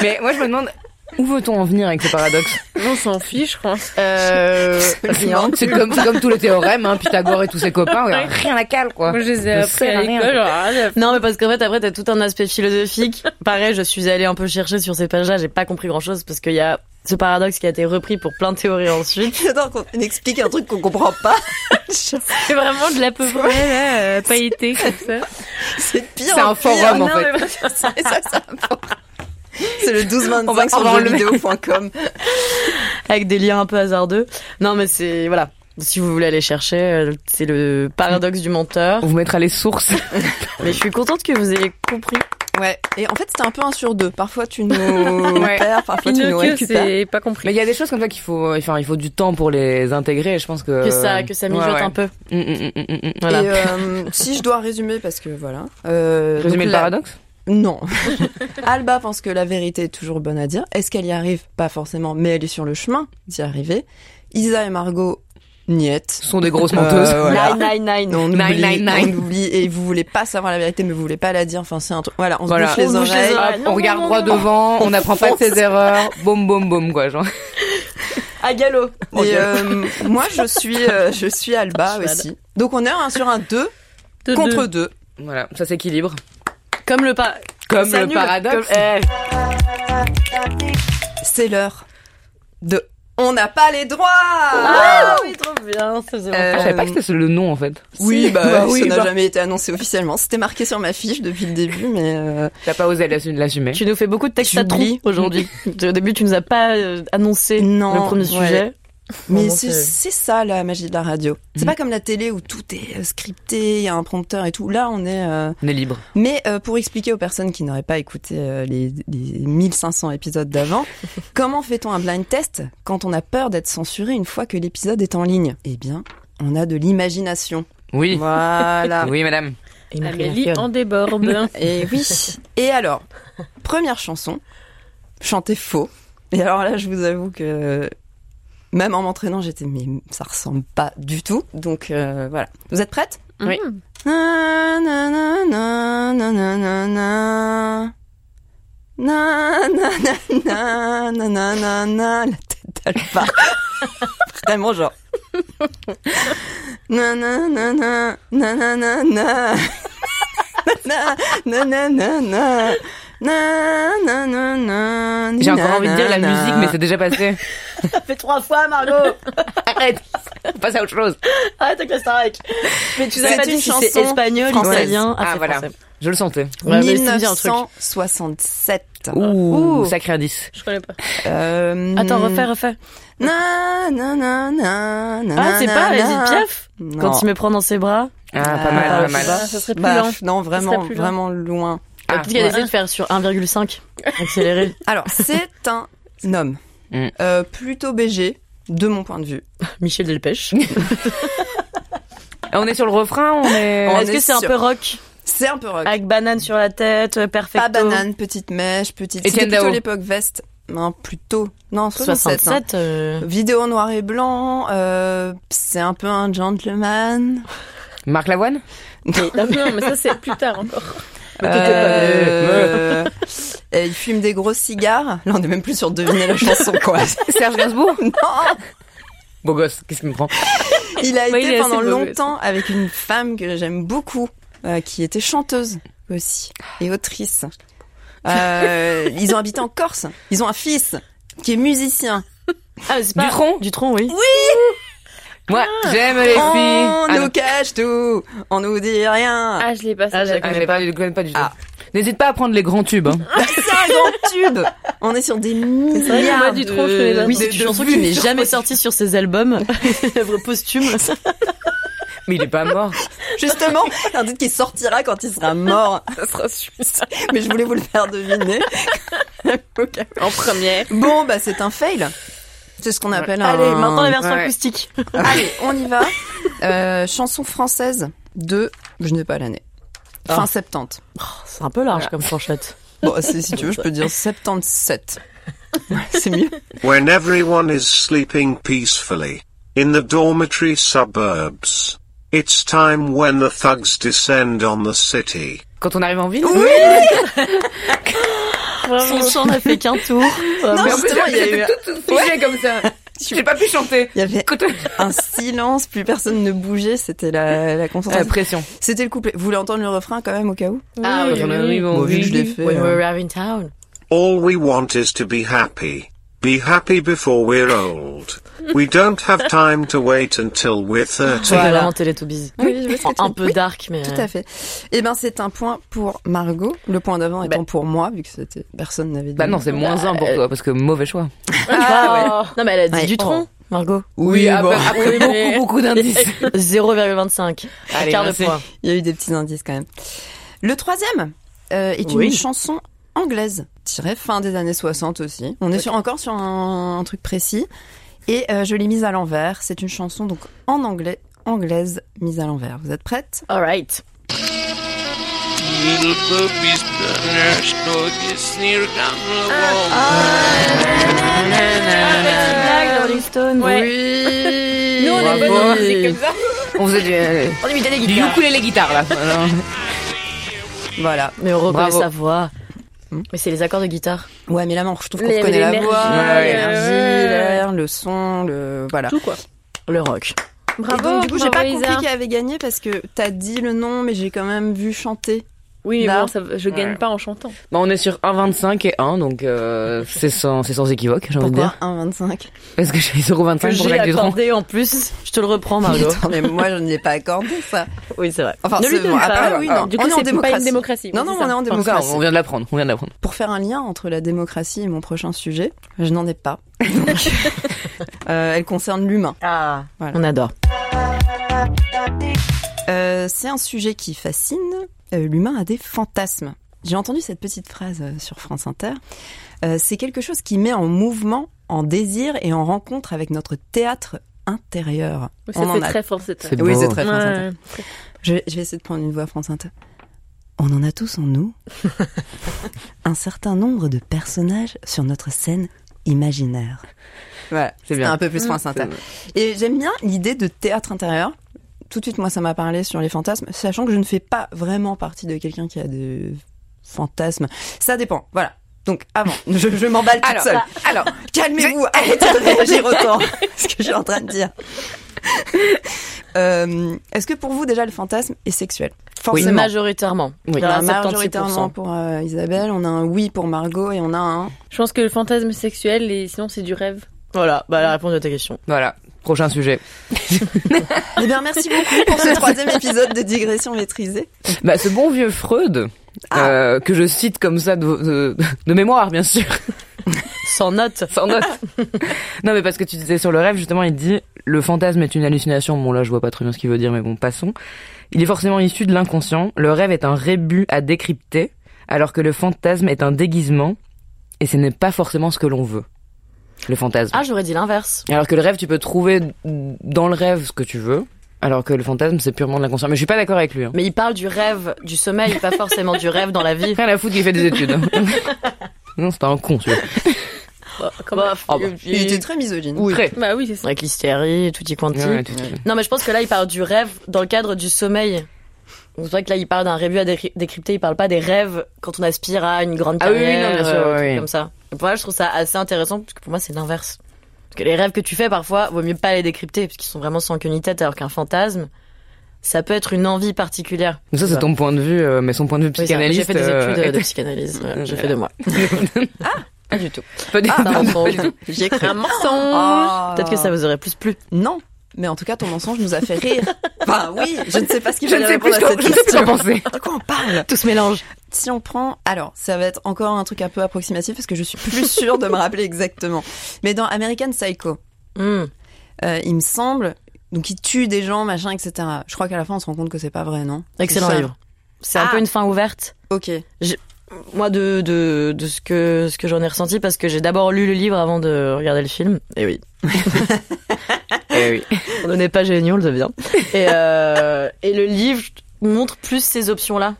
Speaker 5: Mais moi, je me demande où veut-on en venir avec ce paradoxe
Speaker 2: On s'en fiche, je pense.
Speaker 3: Euh, rien.
Speaker 5: C'est comme, c'est comme tous les théorèmes, hein, Pythagore et tous ses copains, ouais, rien à cale, quoi.
Speaker 2: Moi, je les ai
Speaker 5: Je
Speaker 2: appris
Speaker 5: sais
Speaker 2: à
Speaker 5: rien.
Speaker 2: l'école. genre, ah, j'ai-
Speaker 3: Non, mais parce qu'en fait, après, t'as tout un aspect philosophique. [laughs] Pareil, je suis allée un peu chercher sur ces pages-là, j'ai pas compris grand-chose parce qu'il y a ce paradoxe qui a été repris pour plein de théories ensuite.
Speaker 1: J'adore qu'on explique un truc qu'on comprend pas.
Speaker 2: C'est vraiment de la peu près, [laughs] là, euh, pailletée, comme ça.
Speaker 1: C'est pire.
Speaker 5: C'est
Speaker 1: en
Speaker 5: un
Speaker 1: pire.
Speaker 5: forum, en
Speaker 2: Non,
Speaker 5: [laughs] fait.
Speaker 2: mais vraiment,
Speaker 1: Et ça, ça importe. C'est le 1225
Speaker 5: On va- on
Speaker 1: sur
Speaker 5: va enlever.
Speaker 1: jeuxvideo.com.
Speaker 3: [laughs] Avec des liens un peu hasardeux. Non, mais c'est, voilà. Si vous voulez aller chercher, euh, c'est le paradoxe du menteur.
Speaker 5: On vous mettra les sources. [laughs]
Speaker 3: Mais je suis contente que vous ayez compris.
Speaker 1: Ouais. Et en fait, c'était un peu un sur deux. Parfois, tu nous
Speaker 5: Ouais.
Speaker 1: perds, parfois, tu nous
Speaker 2: Pinocchio,
Speaker 1: récupères.
Speaker 2: c'est pas
Speaker 5: Mais
Speaker 2: compris.
Speaker 5: il y a des choses comme ça qu'il faut, euh, enfin, il faut du temps pour les intégrer. et Je pense que
Speaker 3: Que ça, que ça mijote
Speaker 5: Ouais, ouais.
Speaker 3: un peu.
Speaker 5: Mm, mm, mm, mm, mm.
Speaker 3: Voilà.
Speaker 1: Et euh, si je dois résumer, parce que voilà. Euh, donc
Speaker 5: Résumer le
Speaker 1: la-
Speaker 5: paradoxe
Speaker 1: Non. [laughs] Alba pense que la vérité est toujours bonne à dire. Est-ce qu'elle y arrive Pas forcément, mais elle est sur le chemin d'y arriver. Isa et Margot, niette.
Speaker 5: Ce sont des grosses
Speaker 1: Euh,
Speaker 5: menteuses.
Speaker 1: voilà.
Speaker 3: Nine, nine, nine.
Speaker 1: On
Speaker 5: Nine,
Speaker 1: oublie,
Speaker 5: nine, nine.
Speaker 1: on oublie, et vous voulez pas savoir la vérité, mais vous voulez pas la dire. Enfin, c'est un truc. Voilà, on se
Speaker 5: Voilà.
Speaker 1: bouche les
Speaker 3: On bouche les
Speaker 1: oreilles.
Speaker 3: oreilles.
Speaker 5: Hop,
Speaker 3: Non,
Speaker 5: on
Speaker 3: non,
Speaker 5: regarde
Speaker 3: non,
Speaker 5: droit
Speaker 3: non.
Speaker 5: devant, on n'apprend pas de ses erreurs, boum boum boum quoi genre.
Speaker 3: À galop.
Speaker 1: Et euh, moi, je suis, euh, je suis Alba
Speaker 3: Je suis
Speaker 1: aussi. Donc, on est un sur un 2
Speaker 2: Deux,
Speaker 1: contre
Speaker 2: deux.
Speaker 1: 2.
Speaker 5: Voilà, ça s'équilibre.
Speaker 3: Comme le pas.
Speaker 5: Comme
Speaker 3: ça
Speaker 5: le
Speaker 3: annule.
Speaker 5: paradoxe.
Speaker 3: Comme- eh.
Speaker 1: C'est l'heure de On n'a pas les droits
Speaker 3: Ah, oui, trop bien. Ça faisait
Speaker 1: Euh,
Speaker 5: Ah, je savais pas que c'était le nom en fait.
Speaker 1: Oui,
Speaker 3: si.
Speaker 1: bah,
Speaker 3: Bah oui,
Speaker 1: ça n'a
Speaker 3: bah.
Speaker 1: jamais été annoncé officiellement. C'était marqué sur ma fiche depuis le début, mais euh,
Speaker 5: T'as pas osé l'assu- l'assumer.
Speaker 3: Tu nous fais beaucoup de textes à trous [laughs]
Speaker 1: J'oublie.
Speaker 3: aujourd'hui. Au début, tu nous as pas euh, annoncé
Speaker 1: Non,
Speaker 3: le premier
Speaker 1: ouais.
Speaker 3: sujet.
Speaker 1: Mais
Speaker 3: Vraiment,
Speaker 1: c'est
Speaker 3: c'est-
Speaker 1: c'est ça la magie de la radio. C'est
Speaker 5: Mhm.
Speaker 1: pas comme la télé où tout est euh, scripté, il y a un prompteur et tout. Là, on est. euh,
Speaker 5: On est libre.
Speaker 1: Mais euh, pour expliquer aux personnes qui n'auraient pas écouté euh, les, les 1500 épisodes
Speaker 3: [laughs]
Speaker 1: d'avant, comment fait-on un blind test quand on a peur d'être censuré une fois que l'épisode est en ligne Eh bien, on a de l'imagination.
Speaker 5: Oui.
Speaker 1: Voilà.
Speaker 5: Oui, madame.
Speaker 2: Amélie en déborde.
Speaker 1: Et oui. Et alors, première chanson, chanter faux. Et alors là, je vous avoue que même en m'entraînant, j'étais mais ça ressemble pas du tout. Donc euh, voilà. Vous êtes prêtes
Speaker 5: Oui.
Speaker 1: Na, na, na, na, na, na, na, na. Na, na, na, na, na, na, na, na. La tête d'Alba. [laughs] Vraiment genre. Na, na, na, na, na, na, na, na. Na, na, na, na, na. Na, na, na, na,
Speaker 5: J'ai
Speaker 1: na,
Speaker 5: encore envie de dire la
Speaker 1: na,
Speaker 5: musique,
Speaker 1: na.
Speaker 5: mais c'est
Speaker 1: [laughs]
Speaker 5: déjà passé.
Speaker 3: Ça fait trois fois, Margot Ah,
Speaker 5: Arrête. On passe à autre chose.
Speaker 3: Arrête avec le Starac Mais tu
Speaker 1: C'est
Speaker 3: as pas
Speaker 1: une
Speaker 3: dit si
Speaker 1: chanson
Speaker 3: c'est espagnol,
Speaker 1: française.
Speaker 3: italien...
Speaker 5: Ah,
Speaker 3: c'est
Speaker 5: voilà.
Speaker 3: français.
Speaker 5: Je le sentais.
Speaker 3: Ouais, mais c'est bien, le truc.
Speaker 1: 1967.
Speaker 5: Ouh,
Speaker 2: Ouh.
Speaker 5: sacré indice.
Speaker 2: Je connais pas.
Speaker 1: Euh,
Speaker 2: Attends, refais, refais.
Speaker 1: Na, na, na, na, na,
Speaker 3: Ah, c'est
Speaker 1: na,
Speaker 3: pas
Speaker 1: na.
Speaker 3: Edith Piaf
Speaker 1: Non.
Speaker 3: Quand il me prend dans ses bras
Speaker 5: Ah,
Speaker 1: Ah,
Speaker 5: pas mal, pas
Speaker 1: je
Speaker 5: mal.
Speaker 1: sais
Speaker 2: Ça serait plus
Speaker 1: Bah,
Speaker 2: lent.
Speaker 1: pff, non, vraiment,
Speaker 2: plus lent.
Speaker 1: vraiment loin.
Speaker 5: Ah,
Speaker 3: Peut-être qu'il a essayé de faire sur 1,5
Speaker 1: [laughs]
Speaker 3: accéléré. [laughs]
Speaker 1: Alors, c'est un homme
Speaker 5: Mm.
Speaker 1: euh, plutôt BG, de mon point de vue.
Speaker 3: Michel Delpech.
Speaker 5: on est sur le refrain, on est.
Speaker 1: On
Speaker 3: Est-ce que
Speaker 1: est
Speaker 3: c'est un
Speaker 1: sûr.
Speaker 3: peu rock
Speaker 1: C'est un peu rock.
Speaker 3: Avec banane sur la tête, euh, perfecto.
Speaker 1: Pas banane, petite mèche, petite...
Speaker 5: Étienne
Speaker 1: C'était plutôt
Speaker 5: Dao.
Speaker 1: l'époque veste. Non, plutôt... Non, 67.
Speaker 3: 67. euh,
Speaker 1: hein. Vidéo en noir et blanc, euh, c'est un peu un gentleman.
Speaker 5: Marc Lavoine
Speaker 2: Non, mais ça, c'est plus tard encore.
Speaker 1: Euh, et il fume des gros cigares. Là, on est même plus sur deviner la chanson,
Speaker 2: [laughs]
Speaker 1: quoi.
Speaker 5: Serge Gainsbourg
Speaker 1: non
Speaker 5: Beau gosse, qu'est-ce qu'il me prend
Speaker 1: Il a
Speaker 2: Ouais, il
Speaker 1: été
Speaker 2: est assez
Speaker 1: pendant
Speaker 2: beau gosse.
Speaker 1: longtemps avec une femme que j'aime beaucoup, euh, qui était chanteuse aussi et autrice. Euh, ils ont habité en Corse. Ils ont un fils qui est musicien.
Speaker 3: Ah, mais c'est
Speaker 1: Bah,
Speaker 3: pas...
Speaker 5: Dutronc
Speaker 3: Dutron, oui.
Speaker 5: Moi, j'aime les filles.
Speaker 1: on
Speaker 5: Ah,
Speaker 1: nous
Speaker 5: non.
Speaker 1: cache tout, on nous dit rien.
Speaker 2: Ah, je l'ai pas. ça,
Speaker 3: Ah, je la
Speaker 5: Ah,
Speaker 2: j'avoue.
Speaker 5: je les pas- je les connais pas du tout.
Speaker 1: Ah.
Speaker 5: N'hésite pas à prendre les grands tubes. hein.
Speaker 1: C'est un grand tube. On est sur des
Speaker 2: vrai que moi,
Speaker 1: milliards.
Speaker 2: du
Speaker 1: ah, de-
Speaker 2: Dutronc, je connais la-
Speaker 3: Oui,
Speaker 1: de-
Speaker 3: c'est une
Speaker 1: de
Speaker 3: chanson
Speaker 1: vues.
Speaker 3: qui n'est jamais sortie sur ses albums. L'œuvre posthume.
Speaker 5: Mais il est pas mort.
Speaker 1: Justement, un titre qui sortira quand il sera [laughs] mort. Mais je voulais vous le faire deviner.
Speaker 2: En première.
Speaker 1: Bon, bah c'est un fail. C'est ce qu'on appelle un...
Speaker 3: Allez, maintenant la version
Speaker 5: ouais.
Speaker 3: acoustique.
Speaker 1: Allez, on y va. Euh, chanson française de... Je n'ai pas l'année. Fin
Speaker 3: Ah.
Speaker 1: 70.
Speaker 3: C'est un peu large comme fourchette.
Speaker 1: Bon, c'est- si tu veux, je peux dire 77. Voilà, C'est mieux.
Speaker 6: when everyone is sleeping peacefully in the dormitory suburbs. It's time when the thugs descend on the city.
Speaker 5: Quand on arrive en ville
Speaker 3: Son chant n'a fait qu'un tour.
Speaker 1: Non,
Speaker 5: Mais en plus,
Speaker 1: justement, il y a
Speaker 5: j'étais
Speaker 1: eu-
Speaker 5: toute figée comme
Speaker 1: [laughs]
Speaker 5: ça. J'ai pas pu chanter.
Speaker 1: Il y avait
Speaker 5: Quand on-
Speaker 1: un silence, plus personne ne bougeait, c'était la, la
Speaker 5: La
Speaker 1: concentration.
Speaker 5: Euh, pression.
Speaker 1: C'était le couplet. Vous voulez entendre le refrain quand même au cas où
Speaker 3: Ah oui,
Speaker 5: Quand on arrive en
Speaker 1: Bon, vu que je l'ai
Speaker 5: ville.
Speaker 1: fait.
Speaker 3: When
Speaker 1: euh,
Speaker 3: we're having town.
Speaker 6: All we want is to be happy. Be happy before we're old. We don't have time to wait until we're 30.
Speaker 1: Voilà.
Speaker 3: C'est vraiment Teletubbies.
Speaker 1: Oui, je vois ce que tu
Speaker 3: Un
Speaker 1: veux-
Speaker 3: peu
Speaker 1: oui,
Speaker 3: dark, mais... euh,
Speaker 1: Tout à fait. Eh ben, c'est un point pour Margot. Le point d'avant étant pour moi, vu que c'était personne n'avait. dit.
Speaker 5: Bah non, c'est moins un pour toi, parce que mauvais choix.
Speaker 3: Ah, ouais. Non, mais elle a dit
Speaker 1: Ouais.
Speaker 3: Dutron, Margot.
Speaker 1: Oui, ah, bah,
Speaker 5: après,
Speaker 1: bon.
Speaker 5: après
Speaker 3: Oui, [laughs]
Speaker 5: beaucoup,
Speaker 3: mais-
Speaker 5: beaucoup d'indices.
Speaker 3: 0,25. Un
Speaker 5: Allez,
Speaker 3: quart de
Speaker 5: merci.
Speaker 3: point.
Speaker 1: [laughs] Il y a eu des petits indices quand même. Le troisième euh, est
Speaker 3: Oui.
Speaker 1: une chanson anglaise, tirée fin des années 60 aussi. On est sur, encore sur un, un truc précis. Et euh, je l'ai mise à l'envers. C'est une chanson donc en anglais, anglaise, mise à l'envers. Vous êtes prête
Speaker 3: Alright.
Speaker 7: Little puppies, nurse doggies, sneer down the wall.
Speaker 3: Ah, bah, Rolling Stone.
Speaker 5: Oui.
Speaker 2: Nous, on est
Speaker 5: Bravo.
Speaker 2: bonnes en musique comme ça.
Speaker 5: On faisait du, euh,
Speaker 3: On imitait des
Speaker 5: du
Speaker 3: guitares.
Speaker 5: ukulélé guitare, là. [laughs] Alors,
Speaker 1: Voilà.
Speaker 3: Mais on reconnaît
Speaker 5: Bravo.
Speaker 3: sa voix.
Speaker 1: Hmm.
Speaker 3: Mais c'est les accords de guitare.
Speaker 1: Ouais, mais là, non, je trouve qu'on
Speaker 2: Mais il y
Speaker 1: reconnaît
Speaker 2: avait
Speaker 1: la
Speaker 2: l'énergie,
Speaker 1: voix,
Speaker 5: ouais.
Speaker 1: l'énergie,
Speaker 2: Ouais.
Speaker 1: l'air, le son, le voilà.
Speaker 2: Tout quoi.
Speaker 3: Le rock.
Speaker 2: Bravo.
Speaker 1: Et donc, du coup, j'ai pas
Speaker 2: bravo, Isa.
Speaker 1: compris qui avait gagné parce que t'as dit le nom, mais j'ai quand même vu chanter.
Speaker 2: Oui, mais
Speaker 1: Là.
Speaker 2: bon, ça, va- je gagne
Speaker 5: Ouais.
Speaker 2: pas en chantant.
Speaker 5: Bah, on est sur 1,25 et 1, donc euh, c'est sans, c'est sans équivoque, j'ai envie de
Speaker 1: Pourquoi
Speaker 5: dire.
Speaker 1: 1,25
Speaker 5: Parce que j'ai 0,25
Speaker 3: J'ai
Speaker 5: pour Jacques Dutronc.
Speaker 3: accordé en plus. Je te le reprends, Margot.
Speaker 1: [laughs] Attends, mais moi, je ne l'ai pas accordé, ça.
Speaker 3: oui, c'est vrai.
Speaker 1: Enfin,
Speaker 2: ne lui
Speaker 1: c'est
Speaker 2: donne
Speaker 1: bon.
Speaker 2: pas.
Speaker 1: Après, oui, non.
Speaker 2: Du
Speaker 1: Oh. on
Speaker 2: coup,
Speaker 1: est en
Speaker 2: c'est
Speaker 1: démocratie.
Speaker 2: pas une démocratie.
Speaker 1: Non,
Speaker 2: oui,
Speaker 1: non,
Speaker 2: c'est
Speaker 1: on est
Speaker 2: ça.
Speaker 1: en
Speaker 5: Encore,
Speaker 1: démocratie.
Speaker 5: on vient de l'apprendre, on vient de l'apprendre.
Speaker 1: Pour faire un lien entre la démocratie et mon prochain sujet, je n'en ai pas. Donc, Euh, elle concerne l'humain.
Speaker 3: Ah,
Speaker 1: Voilà.
Speaker 3: on adore.
Speaker 1: Euh, c'est un sujet qui fascine. Euh, L'humain a des fantasmes. J'ai entendu cette petite phrase euh, sur France Inter. Euh, c'est quelque chose qui met en mouvement, en désir et en rencontre avec notre théâtre intérieur.
Speaker 2: Ça
Speaker 1: On en
Speaker 2: fait
Speaker 1: a-
Speaker 2: très fort cette
Speaker 5: C'est
Speaker 1: Oui,
Speaker 5: beau.
Speaker 1: c'est très France Inter.
Speaker 2: Ouais.
Speaker 1: Je, je vais essayer de prendre une voix France Inter. On en a tous en nous un certain nombre de personnages sur notre scène imaginaire. Voilà,
Speaker 5: C'est
Speaker 1: c'est
Speaker 5: bien.
Speaker 1: un peu plus France Inter. Et j'aime bien l'idée de théâtre intérieur. Tout de suite, moi, ça m'a parlé sur les fantasmes, sachant que je ne fais pas vraiment partie de quelqu'un qui a des fantasmes. Ça dépend, voilà. Donc, avant, [laughs] je, je m'emballe toute seule. Alors, [laughs] calmez-vous, arrêtez de [laughs] réagir autant, ce que je suis en train de dire. [laughs] Euh, Est-ce que pour vous, déjà, le fantasme est sexuel
Speaker 3: C'est
Speaker 1: Forcément.
Speaker 3: Bah, majoritairement.
Speaker 5: Oui.
Speaker 1: On a
Speaker 3: Vers
Speaker 1: un
Speaker 3: 76%.
Speaker 1: majoritairement pour euh, Isabelle, on a un oui pour Margot et on a [laughs] un
Speaker 2: Je pense que le fantasme sexuel et sinon c'est du rêve.
Speaker 3: Voilà, bah, la réponse à ta question.
Speaker 5: Voilà, prochain sujet.
Speaker 1: Eh bien, merci beaucoup pour ce troisième épisode de Digression maîtrisée.
Speaker 5: Bah, ce bon vieux Freud,
Speaker 1: Ah.
Speaker 5: euh, que je cite comme ça de, de, de mémoire, bien sûr,
Speaker 3: Sans note. [laughs]
Speaker 5: sans note. non, mais parce que tu disais sur le rêve, justement, il dit le fantasme est une hallucination. Bon, là, je vois pas très bien ce qu'il veut dire, mais bon, passons. Il est forcément issu de l'inconscient. Le rêve est un rébut à décrypter, alors que le fantasme est un déguisement, et ce n'est pas forcément ce que l'on veut. Le fantasme.
Speaker 3: Ah, j'aurais dit l'inverse.
Speaker 5: Alors que le rêve, tu peux trouver dans le rêve ce que tu veux, alors que le fantasme, c'est purement de l'inconscient. Mais je suis pas d'accord avec lui. Hein.
Speaker 3: Mais il parle du rêve, du sommeil, pas forcément du rêve dans la [laughs] vie.
Speaker 5: Rien à foutre qu'il fait
Speaker 3: [laughs]
Speaker 5: des études. hein. non, c'est pas un con, celui-là.
Speaker 3: Bah,
Speaker 5: Ah bah.
Speaker 1: Il était très misogyne.
Speaker 3: Oui.
Speaker 5: Très.
Speaker 2: Bah oui, c'est ça.
Speaker 3: Avec l'hystérie, tout y quanti.
Speaker 5: Ouais, tout à fait.
Speaker 3: Non, mais je pense que là, il parle du rêve dans le cadre du sommeil. Donc, C'est vrai que là, il parle d'un revue à décry- décrypter, il parle pas des rêves quand on aspire à une grande
Speaker 5: Ah oui, oui,
Speaker 3: carrière,
Speaker 5: non, bien sûr,
Speaker 3: euh, un truc
Speaker 5: oui.
Speaker 3: comme ça. Et pour moi, je trouve ça assez intéressant, parce que pour moi, c'est l'inverse. Parce que les rêves que tu fais, parfois, vaut mieux pas les décrypter, parce qu'ils sont vraiment sans queue ni tête, alors qu'un fantasme, ça peut être une envie particulière.
Speaker 5: Mais ça, c'est ton point de vue, euh, mais son point de vue
Speaker 3: Oui, ça,
Speaker 5: psychanalyste.
Speaker 3: J'ai fait des
Speaker 5: euh,
Speaker 3: études euh, de
Speaker 5: [laughs] est-
Speaker 3: psychanalyse, ouais, j'ai fait de moi.
Speaker 5: [laughs]
Speaker 3: Pas du tout.
Speaker 5: pas du-
Speaker 3: Ah,
Speaker 5: pas du-
Speaker 3: mensonge.
Speaker 5: pas du-
Speaker 3: J'y ai cru.
Speaker 2: Un mensonge.
Speaker 1: Ah.
Speaker 3: Peut-être que ça vous aurait plus plu.
Speaker 1: Non, mais en tout cas, ton mensonge nous a fait rire. [laughs] Enfin, oui, je ne sais pas ce qu'il
Speaker 5: Je ne
Speaker 1: fallait
Speaker 5: sais plus
Speaker 1: répondre à
Speaker 5: quoi
Speaker 1: cette
Speaker 5: je ne sais plus quoi
Speaker 1: question.
Speaker 5: penser.
Speaker 1: De quoi on parle
Speaker 3: Tout se mélange.
Speaker 1: Si on prend... Alors, ça va être encore un truc un peu approximatif parce que je suis plus sûre de me rappeler exactement. Mais dans American Psycho,
Speaker 3: Hmm.
Speaker 1: euh, il me semble... Donc, il tue des gens, machin, etc. Je crois qu'à la fin, on se rend compte que c'est pas vrai, non
Speaker 3: Excellent
Speaker 1: C'est ça.
Speaker 3: livre. C'est un
Speaker 1: Ah.
Speaker 3: peu une fin ouverte.
Speaker 1: Ok.
Speaker 3: moi de, de, de ce que ce que j'en ai ressenti parce que j'ai d'abord lu le livre avant de regarder le film et oui
Speaker 5: Eh oui.
Speaker 3: on n'est pas génial on le devient et, euh, et le livre montre plus ces options là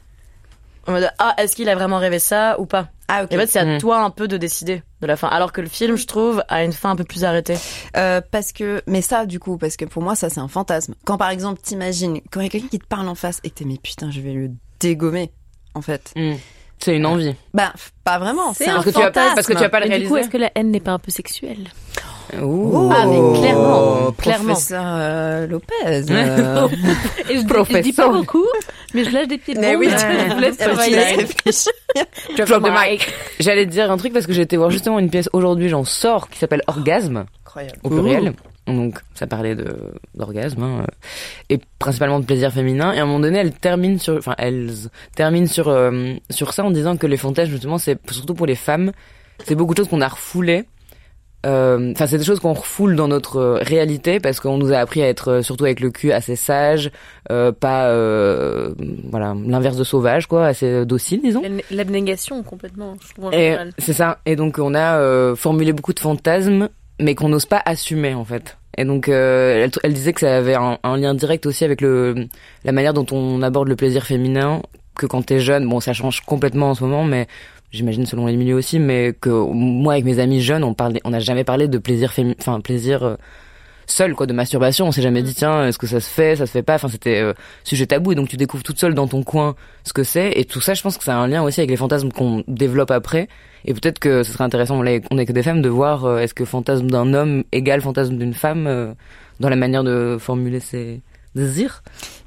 Speaker 3: en mode ah est-ce qu'il a vraiment rêvé ça ou pas
Speaker 1: Ah, ok.
Speaker 3: et en fait c'est à
Speaker 5: Mm.
Speaker 3: toi un peu de décider de la fin alors que le film je trouve a une fin un peu plus arrêtée
Speaker 1: Euh, parce que, mais ça, du coup, parce que pour moi, ça, c'est un fantasme. Quand, par exemple, t'imagines, quand il y a quelqu'un qui te parle en face et que t'es, mais putain, je vais le dégommer, en fait.
Speaker 5: Mm. C'est une envie.
Speaker 1: Bah, f- pas vraiment.
Speaker 2: C'est
Speaker 1: C'est un
Speaker 2: un
Speaker 5: Parce que, tu as pas, parce que tu as pas le
Speaker 2: Mais du coup,
Speaker 5: réalisé.
Speaker 2: est-ce que la haine n'est pas un peu sexuelle
Speaker 5: Ouh.
Speaker 1: Ah, mais
Speaker 3: clairement, clairement.
Speaker 1: Professeur euh,
Speaker 3: [laughs]
Speaker 1: Lopez. euh.
Speaker 2: Et je, dis- je dis pas
Speaker 5: Professeur.
Speaker 2: beaucoup, mais je lâche des pieds de
Speaker 1: mais
Speaker 2: bombe,
Speaker 1: oui,
Speaker 2: euh,
Speaker 1: tu-
Speaker 2: je vous laisse
Speaker 1: Ah, mais tu
Speaker 2: travailler.
Speaker 1: laisses réfléchir.
Speaker 5: Drop the mic. J'allais te dire un truc parce que j'ai été voir justement une pièce aujourd'hui, j'en sors, qui s'appelle Orgasme.
Speaker 1: Incroyable.
Speaker 5: au pluriel. Donc, ça parlait de d'orgasme hein, euh, et principalement de plaisir féminin. Et à un moment donné, elle termine sur, enfin, elles terminent sur euh, sur ça en disant que les fantasmes, justement, c'est surtout pour les femmes, c'est beaucoup de choses qu'on a refoulées. Euh, Enfin, c'est des choses qu'on refoule dans notre euh, réalité parce qu'on nous a appris à être euh, surtout avec le cul assez sage, euh, pas euh, voilà l'inverse de sauvage quoi, assez euh, docile disons.
Speaker 2: L'abn- L'abnégation complètement, je trouve en
Speaker 5: Et
Speaker 2: général.
Speaker 5: c'est ça. Et donc on a euh, formulé beaucoup de fantasmes, mais qu'on n'ose pas assumer en fait. Et donc euh, elle, elle disait que ça avait un, un lien direct aussi avec le la manière dont on aborde le plaisir féminin, que quand t'es jeune, bon ça change complètement en ce moment, mais j'imagine selon les milieux aussi, mais que moi avec mes amis jeunes, on parlait, on n'a jamais parlé de plaisir féminin, enfin plaisir euh, seul quoi, de masturbation. On s'est jamais dit tiens est-ce que ça se fait, ça se fait pas. Enfin c'était euh, sujet tabou et donc tu découvres toute seule dans ton coin ce que c'est et tout ça je pense que ça a un lien aussi avec les fantasmes qu'on développe après et peut-être que ce serait intéressant là on est que des femmes de voir euh, est-ce que fantasme d'un homme égale fantasme d'une femme euh, dans la manière de formuler ses désirs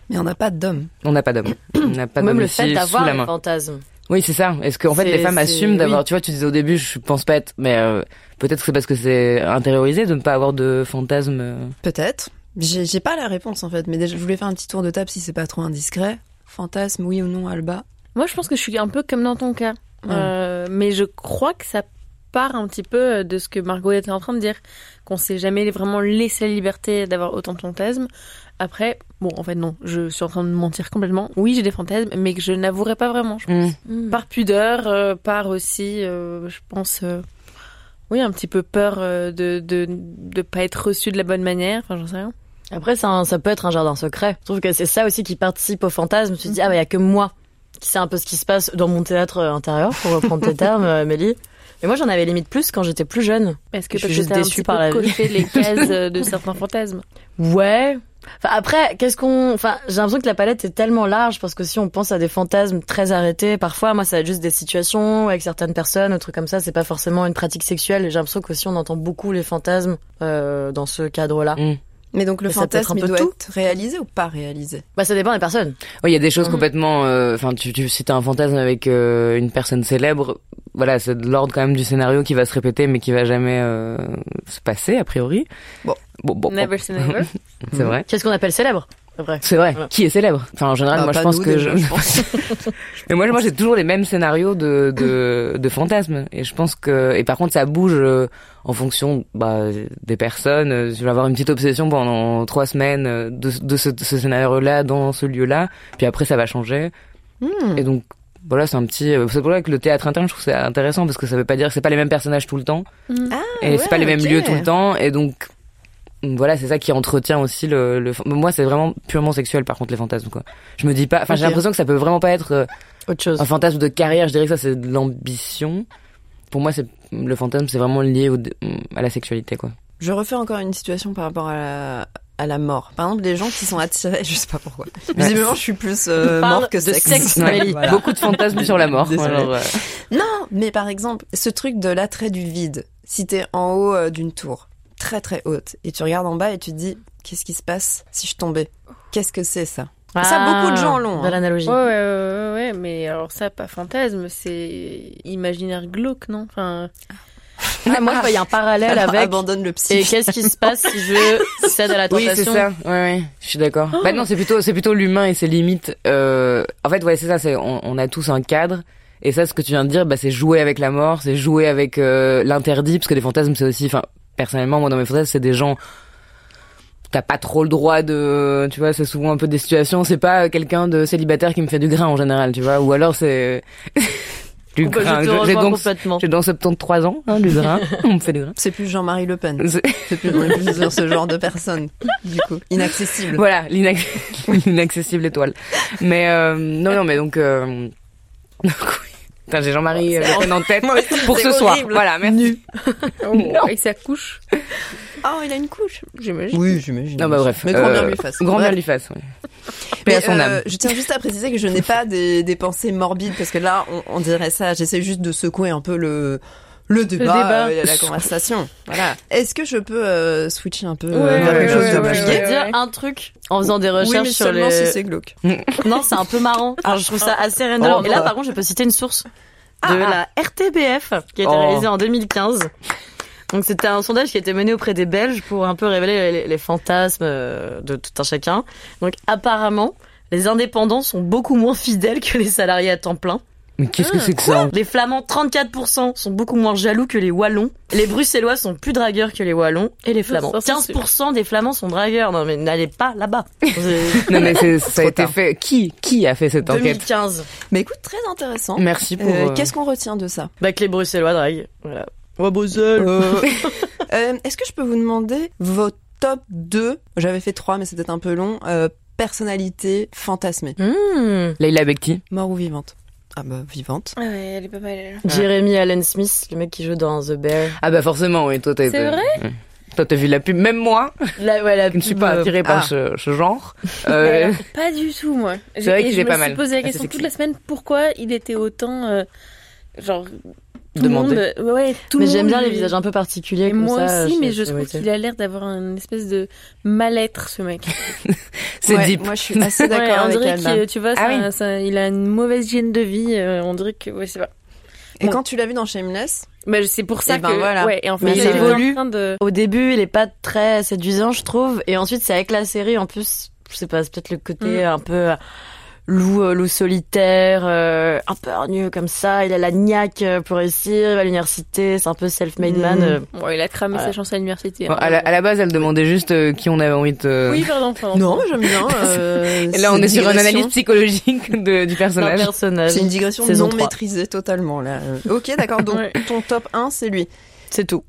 Speaker 1: Mais on n'a pas d'homme.
Speaker 5: on n'a
Speaker 3: [clears throat]
Speaker 5: pas d'homme on n'a pas
Speaker 3: même
Speaker 5: d'homme
Speaker 3: le
Speaker 5: ici
Speaker 3: fait
Speaker 5: sous
Speaker 3: d'avoir
Speaker 5: la
Speaker 3: un
Speaker 5: main
Speaker 3: fantasme
Speaker 5: oui c'est ça est-ce qu'en fait
Speaker 3: C'est-
Speaker 5: les femmes
Speaker 3: c'est-
Speaker 5: assument d'avoir tu vois tu disais au début je pense pas être mais euh, peut-être que c'est parce que c'est intériorisé de ne pas avoir de fantasme euh.
Speaker 1: Peut-être. J'ai j'ai pas la réponse, en fait. Mais déjà, je voulais faire un petit tour de table si c'est pas trop indiscret. Fantasme, oui ou non, Alba
Speaker 2: Mm. Moi, je pense que je suis un peu comme dans ton cas.
Speaker 1: Ouais.
Speaker 2: Euh, mais je crois que ça part un petit peu de ce que Margot était en train de dire, qu'on s'est jamais vraiment laissé la liberté d'avoir autant de fantasmes. Après, bon, en fait, non, je suis en train de mentir complètement. Oui, j'ai des fantasmes, mais que je n'avouerai pas vraiment. je-
Speaker 5: Mm.
Speaker 2: Par pudeur, euh, par aussi, euh, je pense, euh, oui, un petit peu peur euh, de de de pas être reçu de la bonne manière. Enfin, j'en sais rien.
Speaker 3: Après, ça, ça peut être un jardin secret. Je trouve que c'est ça aussi qui participe au fantasme. Tu te
Speaker 1: Mhm.
Speaker 3: dis, ah, bah, il y a que moi qui sais un peu ce qui se passe dans mon théâtre euh, intérieur, pour reprendre
Speaker 1: [laughs]
Speaker 3: tes termes, euh, Amélie. Mais moi, j'en avais limite plus quand j'étais plus jeune.
Speaker 2: Est-ce que
Speaker 3: Je suis
Speaker 2: parce que
Speaker 3: juste
Speaker 2: t'as un
Speaker 3: déçue
Speaker 2: petit
Speaker 3: par
Speaker 2: peu
Speaker 3: la vie.
Speaker 2: coché [laughs] les cases euh, de certains fantasmes
Speaker 3: Ouais. Enfin, après, qu'est-ce qu'on. Enfin, j'ai l'impression que la palette est tellement large parce que si on pense à des fantasmes très arrêtés, parfois, moi, ça va être juste des situations avec certaines personnes, un truc comme ça, c'est pas forcément une pratique sexuelle. Et j'ai l'impression qu'aussi, on entend beaucoup les fantasmes euh, dans ce cadre-là.
Speaker 5: Mm.
Speaker 1: Mais donc le
Speaker 3: Mais ça peut être
Speaker 1: fantasme,
Speaker 3: un
Speaker 1: il
Speaker 3: peu
Speaker 1: doit
Speaker 3: tout.
Speaker 1: être réalisé ou pas réalisé
Speaker 3: Bah, ça dépend des personnes.
Speaker 5: Oui, il y a des choses complètement. euh, Enfin, tu, tu, si t'as un fantasme avec euh, une personne célèbre, voilà, c'est de l'ordre quand même du scénario qui va se répéter, mais qui va jamais euh, se passer a priori.
Speaker 1: Bon.
Speaker 5: bon, bon, bon,
Speaker 2: Never say never.
Speaker 5: c'est vrai.
Speaker 3: Qu'est-ce qu'on appelle célèbre Après.
Speaker 5: C'est vrai.
Speaker 3: Voilà.
Speaker 5: Qui est célèbre Enfin, en général,
Speaker 1: Bah,
Speaker 5: moi, je
Speaker 1: pas
Speaker 5: pense
Speaker 1: nous,
Speaker 5: que
Speaker 1: déjà,
Speaker 5: je.
Speaker 1: je pense.
Speaker 5: [laughs] Mais moi, moi, j'ai toujours les mêmes scénarios de, de, de fantasmes. Et je pense que, et par contre, ça bouge euh, en fonction, bah, des personnes. Euh, Je vais avoir une petite obsession pendant trois semaines euh, de, de ce, de ce scénario-là, dans ce lieu-là. Puis après, ça va changer. Et donc, voilà, c'est un petit, euh, c'est pour ça que le théâtre interne, je trouve que c'est intéressant parce que ça veut pas dire que c'est pas les mêmes personnages tout le temps.
Speaker 1: Ah,
Speaker 5: Et c'est pas les
Speaker 1: ouais,
Speaker 5: mêmes
Speaker 1: ok.
Speaker 5: lieux tout le temps. Et donc, voilà, c'est ça qui entretient aussi le. le fa- Moi, c'est vraiment purement sexuel, par contre, les fantasmes, quoi. Je me dis pas. Enfin, j'ai
Speaker 1: Ok.
Speaker 5: l'impression que ça peut vraiment pas être euh,
Speaker 3: Autre chose.
Speaker 5: un fantasme de carrière. Je dirais que ça, c'est de l'ambition. Pour moi, c'est le fantasme, c'est vraiment lié au, à la sexualité, quoi.
Speaker 1: Je refais encore une situation par rapport à la, à la mort. Par exemple, les gens qui sont attirés, [laughs] je sais pas pourquoi. Visiblement, je suis plus euh,
Speaker 3: Parle
Speaker 1: mort que
Speaker 3: de
Speaker 1: sexe.
Speaker 3: sexe,
Speaker 5: [laughs]
Speaker 1: Ouais,
Speaker 3: Amélie.
Speaker 1: voilà.
Speaker 5: Beaucoup de fantasmes sur la mort.
Speaker 1: Désolée.
Speaker 5: Alors, euh,
Speaker 1: Non, mais par exemple, ce truc de l'attrait du vide. Si t'es en haut euh, d'une tour, très très haute, et tu regardes en bas et tu te dis, qu'est-ce qui se passe si je tombais Qu'est-ce que c'est ça Ça, beaucoup de gens l'ont,
Speaker 3: De
Speaker 1: hein.
Speaker 3: l'analogie.
Speaker 2: [laughs] Ouais, ouais, ouais, ouais, ouais, mais alors ça, pas fantasme, c'est imaginaire glauque, non Enfin,
Speaker 3: Ah, moi, je voyais un parallèle
Speaker 1: Alors,
Speaker 3: avec.
Speaker 1: abandonne le
Speaker 3: Et
Speaker 1: psy.
Speaker 3: qu'est-ce qui se passe si je cède à la
Speaker 5: Oui, c'est
Speaker 3: tentation Oh.
Speaker 5: ça. Ouais, ouais. Je suis d'accord. Bah non, c'est plutôt, c'est plutôt l'humain et ses limites. Euh, en fait, ouais, c'est ça. C'est, on, on a tous un cadre. Et ça, ce que tu viens de dire, bah, c'est jouer avec la mort, c'est jouer avec euh, l'interdit, parce que les fantasmes, c'est aussi. Enfin, personnellement, moi, dans mes fantasmes, c'est des gens. T'as pas trop le droit de, tu vois, c'est souvent un peu des situations. C'est pas quelqu'un de célibataire qui me fait du grain en général, tu vois. Ou alors c'est [laughs] du
Speaker 3: Ou pas,
Speaker 5: grain.
Speaker 3: Je te
Speaker 5: J'ai
Speaker 3: rejoins
Speaker 5: donc,
Speaker 3: complètement.
Speaker 5: j'ai donc 73 ans, hein, du grain. [laughs] on me fait du grain.
Speaker 1: C'est plus Jean-Marie Le Pen.
Speaker 5: C'est-
Speaker 1: C'est plus, on est plus sur ce genre de personne, du coup. Inaccessible.
Speaker 5: Voilà, l'inac- [laughs] l'inaccessible étoile. Mais euh, non, non, mais donc. Euh... [laughs] donc, oui. Putain, j'ai Jean-Marie euh, Le Pen en tête pour ce
Speaker 1: Oh, c'est
Speaker 5: soir.
Speaker 1: horrible.
Speaker 5: Voilà, merci.
Speaker 2: [laughs] et ça couche,
Speaker 1: Oh, il a une couche.
Speaker 2: j'imagine.
Speaker 1: Oui, j'imagine.
Speaker 5: Non, bah bref.
Speaker 1: Mais grand bien
Speaker 5: euh,
Speaker 1: lui fasse.
Speaker 5: Grand bien
Speaker 1: Bref.
Speaker 5: lui fasse, ouais. Paix
Speaker 1: Mais,
Speaker 5: à son
Speaker 1: euh,
Speaker 5: âme.
Speaker 1: je tiens juste à préciser que je n'ai pas des, des pensées morbides parce que là, on, on dirait ça. J'essaie juste de secouer un peu le le débat,
Speaker 2: débat.
Speaker 1: euh, et la conversation. Voilà. Est-ce que je peux euh, switcher un peu
Speaker 2: Ouais,
Speaker 1: euh, vers
Speaker 2: ouais,
Speaker 1: quelque chose
Speaker 2: ouais,
Speaker 1: de
Speaker 2: ouais,
Speaker 1: plus
Speaker 3: Je
Speaker 1: gai
Speaker 3: vais
Speaker 2: ouais.
Speaker 3: dire un truc en faisant des
Speaker 1: Oui,
Speaker 3: recherches
Speaker 1: mais
Speaker 3: sur
Speaker 1: seulement
Speaker 3: les.
Speaker 1: si c'est glauque.
Speaker 3: Non, c'est un peu marrant. Enfin, je trouve ça assez random.
Speaker 5: Oh.
Speaker 3: Et là, par contre, je peux citer une source de
Speaker 1: Ah,
Speaker 3: la RTBF qui a été
Speaker 5: Oh.
Speaker 3: réalisée en 2015. Donc c'était un sondage qui a été mené auprès des Belges pour un peu révéler les, les fantasmes euh, de tout un chacun. Donc apparemment, les indépendants sont beaucoup moins fidèles que les salariés à temps plein.
Speaker 5: Mais qu'est-ce
Speaker 1: Ah.
Speaker 5: que c'est que ça hein
Speaker 3: Les Flamands, 34%, sont beaucoup moins jaloux que les Wallons. Les Bruxellois sont plus dragueurs que les Wallons. Et les Flamands.
Speaker 2: Ça, c'est sûr.
Speaker 3: 15% des Flamands sont dragueurs. Non, mais n'allez pas [laughs] là-bas.
Speaker 5: Non, mais c'est- ça a
Speaker 1: Trop
Speaker 5: été
Speaker 1: tard.
Speaker 5: fait. Qui, qui a fait cette enquête
Speaker 3: 2015.
Speaker 1: Mais écoute, très
Speaker 2: Mm.
Speaker 1: intéressant.
Speaker 5: Merci pour.
Speaker 1: Euh,
Speaker 5: euh,
Speaker 1: Qu'est-ce qu'on retient de
Speaker 2: [laughs]
Speaker 1: ça
Speaker 3: Bah, que les Bruxellois draguent. Voilà.
Speaker 1: Euh, euh, Est-ce que je peux vous demander vos top 2 J'avais fait 3 mais c'est peut-être un peu long. Euh, personnalité fantasmée,
Speaker 3: Hmm.
Speaker 5: Leila Bekti.
Speaker 1: mort ou vivante Ah bah vivante.
Speaker 2: Ah ouais, elle est pas mal,
Speaker 3: Euh.
Speaker 2: elle.
Speaker 3: Jeremy Allen Smith, le mec qui joue dans The Bear.
Speaker 5: Ah, bah forcément, oui. Toi, t'as
Speaker 2: C'est
Speaker 5: euh,
Speaker 2: vrai
Speaker 5: ouais. Toi, t'as vu la pub. Même moi,
Speaker 3: Là, ouais, la
Speaker 5: je ne suis pas
Speaker 3: pub, euh,
Speaker 5: attirée par
Speaker 1: Ah.
Speaker 5: ce, ce genre.
Speaker 1: [laughs]
Speaker 2: Mais
Speaker 5: Euh,
Speaker 2: alors, Pas du tout, moi. J'ai-
Speaker 5: vrai
Speaker 2: et
Speaker 5: qu'il
Speaker 2: je
Speaker 5: est
Speaker 2: me
Speaker 5: pas
Speaker 2: suis
Speaker 5: mal.
Speaker 2: posé la
Speaker 5: Assez
Speaker 2: question toute
Speaker 5: sexy.
Speaker 2: la semaine pourquoi il était autant, euh, genre, tout le
Speaker 5: Demandé.
Speaker 2: monde- ouais, ouais, tout le
Speaker 3: Mais j'aime
Speaker 2: monde
Speaker 3: bien les
Speaker 2: lui-
Speaker 3: visages un peu particuliers
Speaker 2: Et
Speaker 3: comme
Speaker 2: moi
Speaker 3: ça,
Speaker 2: aussi, mais
Speaker 3: sais
Speaker 2: je
Speaker 3: pas
Speaker 2: trouve
Speaker 3: où c'est.
Speaker 2: qu'il a l'air d'avoir une espèce de mal-être, ce mec.
Speaker 5: c'est
Speaker 1: Ouais,
Speaker 5: deep.
Speaker 1: Moi je suis
Speaker 2: [laughs]
Speaker 1: assez d'accord
Speaker 2: Ouais, on
Speaker 1: avec hein.
Speaker 2: dirait
Speaker 1: Alma.
Speaker 2: qu'il- tu vois,
Speaker 5: Ah
Speaker 2: ça- ça- il a une mauvaise hygiène de vie. euh, on dirait que, ouais, c'est pas.
Speaker 1: Et
Speaker 2: Bon.
Speaker 1: quand tu l'as vu dans Shameless,
Speaker 2: Bah, c'est pour ça
Speaker 1: Eh ben
Speaker 2: que,
Speaker 1: voilà.
Speaker 2: ouais, et en fait,
Speaker 1: Mais
Speaker 2: il
Speaker 1: ça
Speaker 2: est
Speaker 3: évolue.
Speaker 2: en train de.
Speaker 3: Au début, il est pas très séduisant, je trouve. Et ensuite, c'est avec la série, en plus, je sais pas, c'est peut-être le côté un peu euh, loup, euh, loup solitaire, euh, un peu hargneux comme ça. Il a la niaque euh, pour réussir, il va à l'université, c'est un peu self-made man. euh.
Speaker 2: Bon, il a cramé
Speaker 3: Voilà.
Speaker 2: sa chance à l'université.
Speaker 5: Bon,
Speaker 2: hein.
Speaker 5: à, la, à la base, elle demandait juste euh, qui on avait envie de.
Speaker 2: Oui, pardon, pardon.
Speaker 1: Non, j'aime bien. [laughs] euh,
Speaker 5: Et là, on
Speaker 1: c'est
Speaker 5: est sur une
Speaker 1: digression.
Speaker 5: analyse psychologique de- du
Speaker 3: D'un
Speaker 5: personnage.
Speaker 3: personnage.
Speaker 1: C'est une digression
Speaker 3: Saison
Speaker 1: non
Speaker 3: trois.
Speaker 1: maîtrisée totalement là. Euh, Ok, d'accord. Donc
Speaker 2: Ouais.
Speaker 1: ton top 1, c'est lui.
Speaker 3: C'est tout.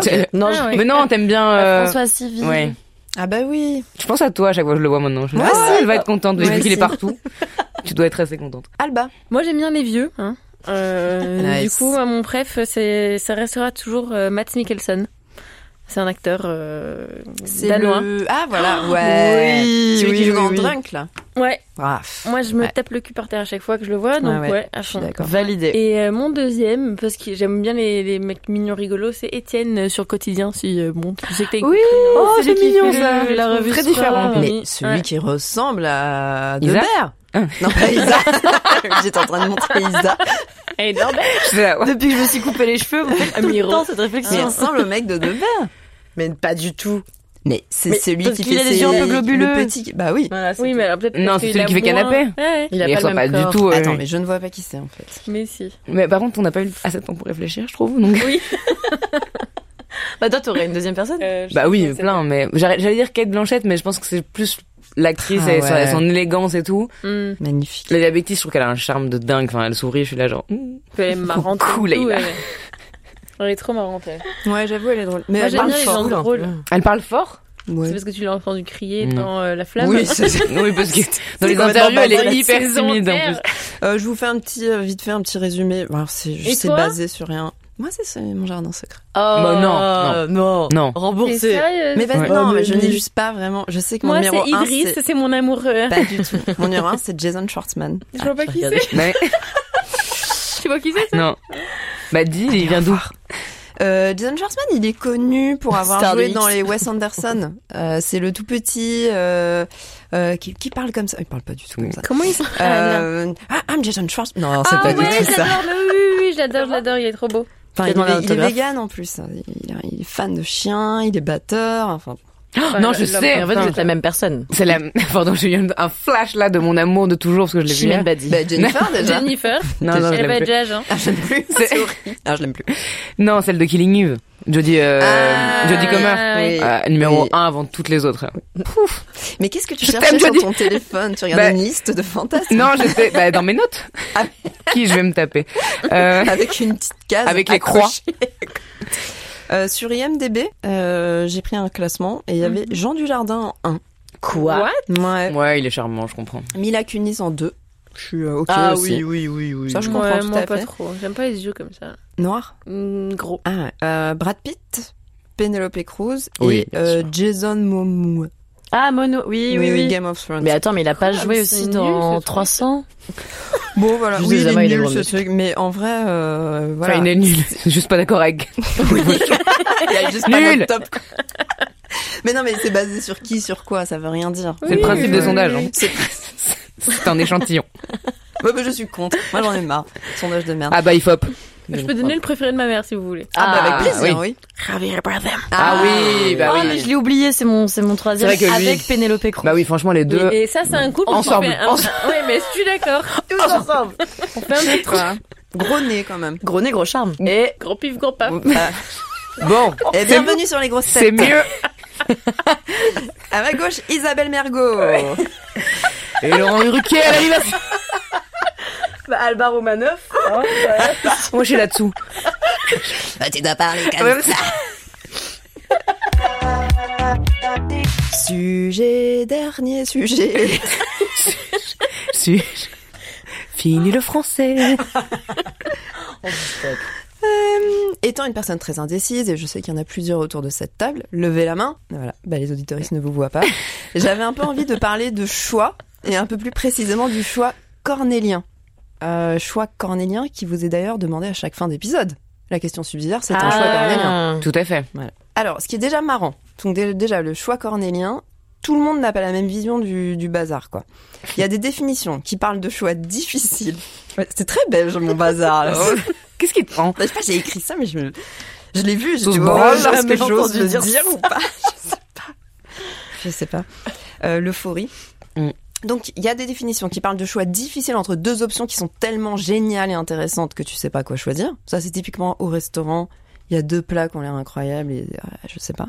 Speaker 5: C'est-
Speaker 3: Non,
Speaker 2: Ah
Speaker 3: je-
Speaker 2: ouais.
Speaker 5: Mais non, t'aimes bien. euh,
Speaker 3: Bah, François Civil.
Speaker 5: ouais.
Speaker 1: Ah bah oui.
Speaker 5: Je pense à toi à chaque fois que je le vois maintenant. Je me dis,
Speaker 1: Moi
Speaker 5: ah,
Speaker 1: aussi.
Speaker 5: elle va être contente, mais
Speaker 1: Moi
Speaker 5: vu qu'il est
Speaker 1: aussi.
Speaker 5: partout, tu dois être assez contente.
Speaker 1: Alba.
Speaker 2: Moi, j'aime bien les vieux. Hein. Euh,
Speaker 1: Nice.
Speaker 2: Du coup, à mon préf, c'est, ça restera toujours euh, Matt Mikkelsen. C'est un acteur euh, danois.
Speaker 1: le. Ah voilà. Ouais.
Speaker 3: Oui,
Speaker 1: Celui
Speaker 3: oui,
Speaker 1: qui joue
Speaker 3: oui,
Speaker 1: dans
Speaker 3: oui.
Speaker 1: Drunk là.
Speaker 2: Ouais,
Speaker 1: Bref.
Speaker 2: moi, je me
Speaker 1: Ouais.
Speaker 2: tape le cul par terre à chaque fois que je le vois, donc
Speaker 1: Ouais,
Speaker 2: ouais,
Speaker 1: ouais,
Speaker 2: à
Speaker 1: Je suis
Speaker 2: fond.
Speaker 1: d'accord.
Speaker 3: Validé.
Speaker 2: Et euh, mon deuxième, parce que j'aime bien les, les mecs mignons rigolos, c'est Étienne euh, sur Quotidien, si euh, bon, je sais que t'as [laughs] écouté, non
Speaker 5: Oh, c'est
Speaker 2: lui qui
Speaker 5: mignon,
Speaker 2: fait
Speaker 5: ça.
Speaker 2: le-
Speaker 5: La
Speaker 2: le-
Speaker 5: revue
Speaker 2: très
Speaker 5: Sera.
Speaker 2: différent.
Speaker 1: Mais celui
Speaker 2: Ouais.
Speaker 1: qui ressemble à
Speaker 5: Isa
Speaker 1: Deber. Non pas Isa. [laughs] J'étais en train de montrer Isa.
Speaker 2: Elle est dans [laughs] le-
Speaker 5: Je sais, ouais.
Speaker 3: Depuis que je me suis coupé les cheveux, vous faites tout le
Speaker 2: Miro.
Speaker 3: temps cette
Speaker 1: Mais il
Speaker 3: réflexion.
Speaker 1: ressemble au mec de Deber.
Speaker 3: Mais pas du tout.
Speaker 1: Mais c'est
Speaker 3: Mais
Speaker 1: celui
Speaker 3: parce
Speaker 1: qui
Speaker 3: qu'il
Speaker 1: fait
Speaker 3: a des
Speaker 1: ses-
Speaker 3: yeux un peu globuleux.
Speaker 1: le petit. Bah oui.
Speaker 2: Oui, mais alors peut-être.
Speaker 5: Non,
Speaker 2: parce
Speaker 5: c'est
Speaker 2: qu'il
Speaker 5: celui
Speaker 2: a
Speaker 5: qui fait
Speaker 2: moins-
Speaker 5: canapé.
Speaker 2: Ouais,
Speaker 3: Il a
Speaker 5: Mais
Speaker 3: pas le
Speaker 5: ressemble
Speaker 3: même
Speaker 5: pas
Speaker 3: corps.
Speaker 5: du tout. euh,
Speaker 1: Attends, mais je ne vois pas qui c'est en fait.
Speaker 2: mais si.
Speaker 5: Mais par contre, on n'a pas eu assez de temps pour réfléchir, je trouve. Donc...
Speaker 2: Oui.
Speaker 3: Bah toi, t'aurais une deuxième personne
Speaker 2: Euh, je
Speaker 5: Bah
Speaker 2: sais
Speaker 5: oui,
Speaker 2: pas, c'est-
Speaker 5: plein. Mais j'arrête- j'allais dire Kate Blanchette, mais je pense que c'est plus l'actrice
Speaker 1: Ah
Speaker 5: et son-
Speaker 1: ouais.
Speaker 5: son, élégance et tout.
Speaker 2: Hmm.
Speaker 1: Magnifique.
Speaker 5: La diabétique, je trouve qu'elle a un charme de dingue. Enfin, elle sourit, je suis là genre. hmm. [laughs]
Speaker 2: Puis Elle est marrante.
Speaker 5: Coucou,
Speaker 2: et tout,
Speaker 5: Leïla.
Speaker 2: elle est- Elle est trop marrante. elle.
Speaker 1: Ouais, j'avoue, elle est drôle. Mais
Speaker 2: Moi,
Speaker 1: elle
Speaker 2: j'aime
Speaker 1: parle
Speaker 2: bien les
Speaker 1: fort.
Speaker 2: gens drôles.
Speaker 3: Bah,
Speaker 5: Elle parle fort.
Speaker 2: C'est
Speaker 1: Ouais.
Speaker 2: parce que tu l'as entendu crier
Speaker 5: Mm.
Speaker 2: dans euh, La Flamme. [laughs]
Speaker 1: Oui, c'est-
Speaker 5: Oui, parce que dans les
Speaker 1: complètement
Speaker 5: interviews, elle est
Speaker 1: badass.
Speaker 5: hyper timide en plus.
Speaker 2: entière.
Speaker 1: Euh, je vous fais un petit, euh, vite fait un petit résumé. Alors, c'est, je
Speaker 2: Et
Speaker 1: sais
Speaker 2: toi
Speaker 1: basé sur rien. Moi, c'est ce- mon jardin secret.
Speaker 5: Bah non,
Speaker 3: non.
Speaker 5: Non.
Speaker 2: Et
Speaker 3: Remboursé.
Speaker 2: ça, euh,
Speaker 1: Mais vas-y,
Speaker 3: Ouais.
Speaker 1: non,
Speaker 3: Ah, mais
Speaker 1: Bah, mais je n'ai
Speaker 3: oui.
Speaker 1: juste pas vraiment. Je sais que mon
Speaker 2: Moi,
Speaker 1: numéro
Speaker 2: c'est
Speaker 1: 1,
Speaker 2: Idriss,
Speaker 1: c'est
Speaker 2: c'est mon amoureux.
Speaker 5: Bah,
Speaker 1: pas du tout. Mon numéro 1, c'est Jason Schwartzman.
Speaker 2: Je vois pas qui
Speaker 3: regardez.
Speaker 2: c'est.
Speaker 5: Mais-
Speaker 2: Tu vois qui c'est
Speaker 5: non. Bah dis, il vient d'où
Speaker 1: Euh, Jason Schwartzman, il est connu [laughs] pour avoir
Speaker 3: Star de
Speaker 1: joué
Speaker 3: X.
Speaker 1: dans les Wes [laughs] Anderson. Euh, c'est le tout petit euh, euh, qui, qui parle comme ça. Il parle pas du tout comme ça.
Speaker 2: Comment il s'appelle
Speaker 1: Euh, ah, I'm Jason Schwartzman. Non, c'est
Speaker 2: Ah
Speaker 1: pas
Speaker 2: ouais,
Speaker 1: du tout ça.
Speaker 2: j'adore. mais Oui, oui, oui, je l'adore, je l'adore, il est trop beau.
Speaker 1: Enfin,
Speaker 3: Qui a
Speaker 1: il,
Speaker 3: demandé un
Speaker 1: est, il est
Speaker 3: autographe.
Speaker 1: vegan en plus. Il, il est fan de chiens, il est batteur. Enfin, [laughs]
Speaker 5: Non, je
Speaker 2: l'homme.
Speaker 5: sais.
Speaker 3: En fait, vous êtes la même personne.
Speaker 5: C'est la. [laughs] Pardon, j'ai eu un flash là de mon amour de toujours parce que je l'ai vu.
Speaker 3: Chimène
Speaker 5: hier.
Speaker 3: Badi.
Speaker 1: bah, Jennifer déjà.
Speaker 2: Jennifer,
Speaker 5: Non, non, je
Speaker 2: elle va
Speaker 5: l'aime
Speaker 2: être
Speaker 5: plus.
Speaker 2: jage, hein.
Speaker 1: Ah, je l'aime plus. [laughs]
Speaker 5: C'est-
Speaker 1: C'est horrible. Ah, je l'aime plus.
Speaker 5: [laughs] Non, celle de Killing Eve. Jodie, euh,
Speaker 1: Ah,
Speaker 5: Jodie Comer.
Speaker 1: oui.
Speaker 5: Euh, numéro
Speaker 1: Oui.
Speaker 5: 1 avant toutes les autres.
Speaker 1: Mais qu'est-ce que tu
Speaker 5: Je
Speaker 1: cherchais
Speaker 5: t'aime,
Speaker 1: sur
Speaker 5: Jodie.
Speaker 1: ton téléphone Tu regardes
Speaker 5: Bah-
Speaker 1: une liste de fantasmes
Speaker 5: Non, j'étais bah, dans mes notes.
Speaker 1: Ah.
Speaker 5: [laughs] Qui je vais me taper Euh,
Speaker 1: avec une petite case.
Speaker 5: Avec les croix.
Speaker 1: accrochée. Euh, sur IMDB, euh, j'ai pris un classement et il y
Speaker 3: Mhm.
Speaker 1: avait Jean Dujardin en 1.
Speaker 3: Quoi
Speaker 1: Ouais.
Speaker 5: Ouais, il est charmant, je comprends.
Speaker 1: Mila Kunis en 2. Je suis euh, ok
Speaker 3: Ah
Speaker 1: aussi.
Speaker 3: oui, oui, oui, oui.
Speaker 1: Ça, je comprends
Speaker 2: Ouais,
Speaker 1: tout
Speaker 2: moi
Speaker 1: à
Speaker 2: pas
Speaker 1: fait.
Speaker 2: trop. J'aime pas les yeux comme ça.
Speaker 1: Noir.
Speaker 3: Mm,
Speaker 2: Hmm, Gros.
Speaker 1: Ah, ouais. Euh, Brad Pitt, Penelope Cruz
Speaker 5: Oui,
Speaker 1: et
Speaker 5: bien
Speaker 1: euh, Jason Momoa.
Speaker 3: Ah, Mono, oui, oui,
Speaker 1: de
Speaker 3: oui.
Speaker 1: Game of Thrones.
Speaker 3: Mais attends, mais il a pas joué
Speaker 2: mais
Speaker 3: aussi
Speaker 2: c'est
Speaker 3: dans
Speaker 2: nul, ce truc.
Speaker 3: 300
Speaker 1: Bon voilà,
Speaker 3: Juste
Speaker 1: oui, il
Speaker 3: Zama,
Speaker 1: est
Speaker 3: il est
Speaker 1: nul
Speaker 3: gros,
Speaker 1: ce
Speaker 3: mais-
Speaker 1: truc, mais en vrai, euh, voilà.
Speaker 5: Enfin, il est nul. Je suis juste pas d'accord avec.
Speaker 1: Il y a juste
Speaker 5: Nul.
Speaker 1: pas notre top. [laughs] mais non, mais c'est basé sur qui, sur quoi, ça veut rien dire.
Speaker 5: C'est le principe
Speaker 2: oui,
Speaker 5: des sondages.
Speaker 2: oui.
Speaker 5: hein. C'est- [laughs] C'est un échantillon.
Speaker 1: Ouais, bah, je suis contre. Moi, j'en ai marre. Sondage de merde.
Speaker 5: Ah bah, il faut.
Speaker 2: Je peux donner le préféré de ma mère si vous voulez.
Speaker 1: Ah, bah,
Speaker 5: ah,
Speaker 1: avec plaisir, oui.
Speaker 2: Javier Bardem.
Speaker 5: Ah oui, bah
Speaker 3: Ah,
Speaker 5: oui.
Speaker 3: mais je l'ai oublié, c'est mon, c'est mon troisième.
Speaker 5: C'est vrai que lui-
Speaker 3: Avec Pénélope Cruz.
Speaker 5: Bah oui, franchement, les deux.
Speaker 2: Et ça, c'est un couple.
Speaker 5: Ensemble.
Speaker 2: On fait un- Ouais, mais je
Speaker 3: [laughs]
Speaker 2: suis d'accord.
Speaker 3: tous ensemble.
Speaker 2: On fait un petit truc.
Speaker 1: Quoi [laughs] Gros nez, quand même.
Speaker 3: Gros nez, gros charme. Et
Speaker 2: Gros pif, gros paf.
Speaker 5: Bon,
Speaker 1: Et Eh, bienvenue sur les grosses
Speaker 5: c'est
Speaker 1: têtes.
Speaker 5: mieux.
Speaker 1: À ma gauche, Isabelle Mergot.
Speaker 5: Et Laurent Ruquier à l'animation.
Speaker 3: bah, Alba Romanoff.
Speaker 5: Moi, je suis là-dessous.
Speaker 1: Bah, tu dois parler
Speaker 5: Ah,
Speaker 1: comme
Speaker 5: même
Speaker 1: ça. Sujet, dernier sujet.
Speaker 5: Si. Fini le français.
Speaker 1: Euh, Étant une personne très indécise, et je sais qu'il y en a plusieurs autour de cette table, levez la main. Voilà, bah, les auditoristes ne vous voient [laughs] pas. J'avais un peu envie de parler de choix, et un peu plus précisément du choix cornélien. Euh, choix cornélien qui vous est d'ailleurs demandé à chaque fin d'épisode. La question subsidiaire, c'est
Speaker 3: Ah.
Speaker 1: un choix cornélien.
Speaker 5: Tout à fait.
Speaker 1: Alors, ce qui est déjà marrant, donc dé- déjà le choix cornélien, tout le monde n'a pas la même vision du, du bazar, quoi. Il y a des définitions qui parlent de choix difficiles. Ouais, c'est très belge mon bazar. [laughs] là.
Speaker 5: Oh, Qu'est-ce qui te prend
Speaker 1: Je sais pas, j'ai écrit ça, mais je, me- je l'ai vu, j'ai
Speaker 5: Sauce
Speaker 1: dit, oh,
Speaker 5: branle,
Speaker 1: est-ce que
Speaker 3: jamais
Speaker 1: j'ose
Speaker 3: entendu
Speaker 1: le
Speaker 3: dire
Speaker 1: [laughs] dire ou pas Je sais pas. Je sais pas. Euh, L'euphorie.
Speaker 5: Mm.
Speaker 1: Donc il y a des définitions qui parlent de choix difficiles entre deux options qui sont tellement géniales et intéressantes que tu sais pas quoi choisir. Ça c'est typiquement au restaurant, il y a deux plats qui ont l'air incroyables et euh, je sais pas.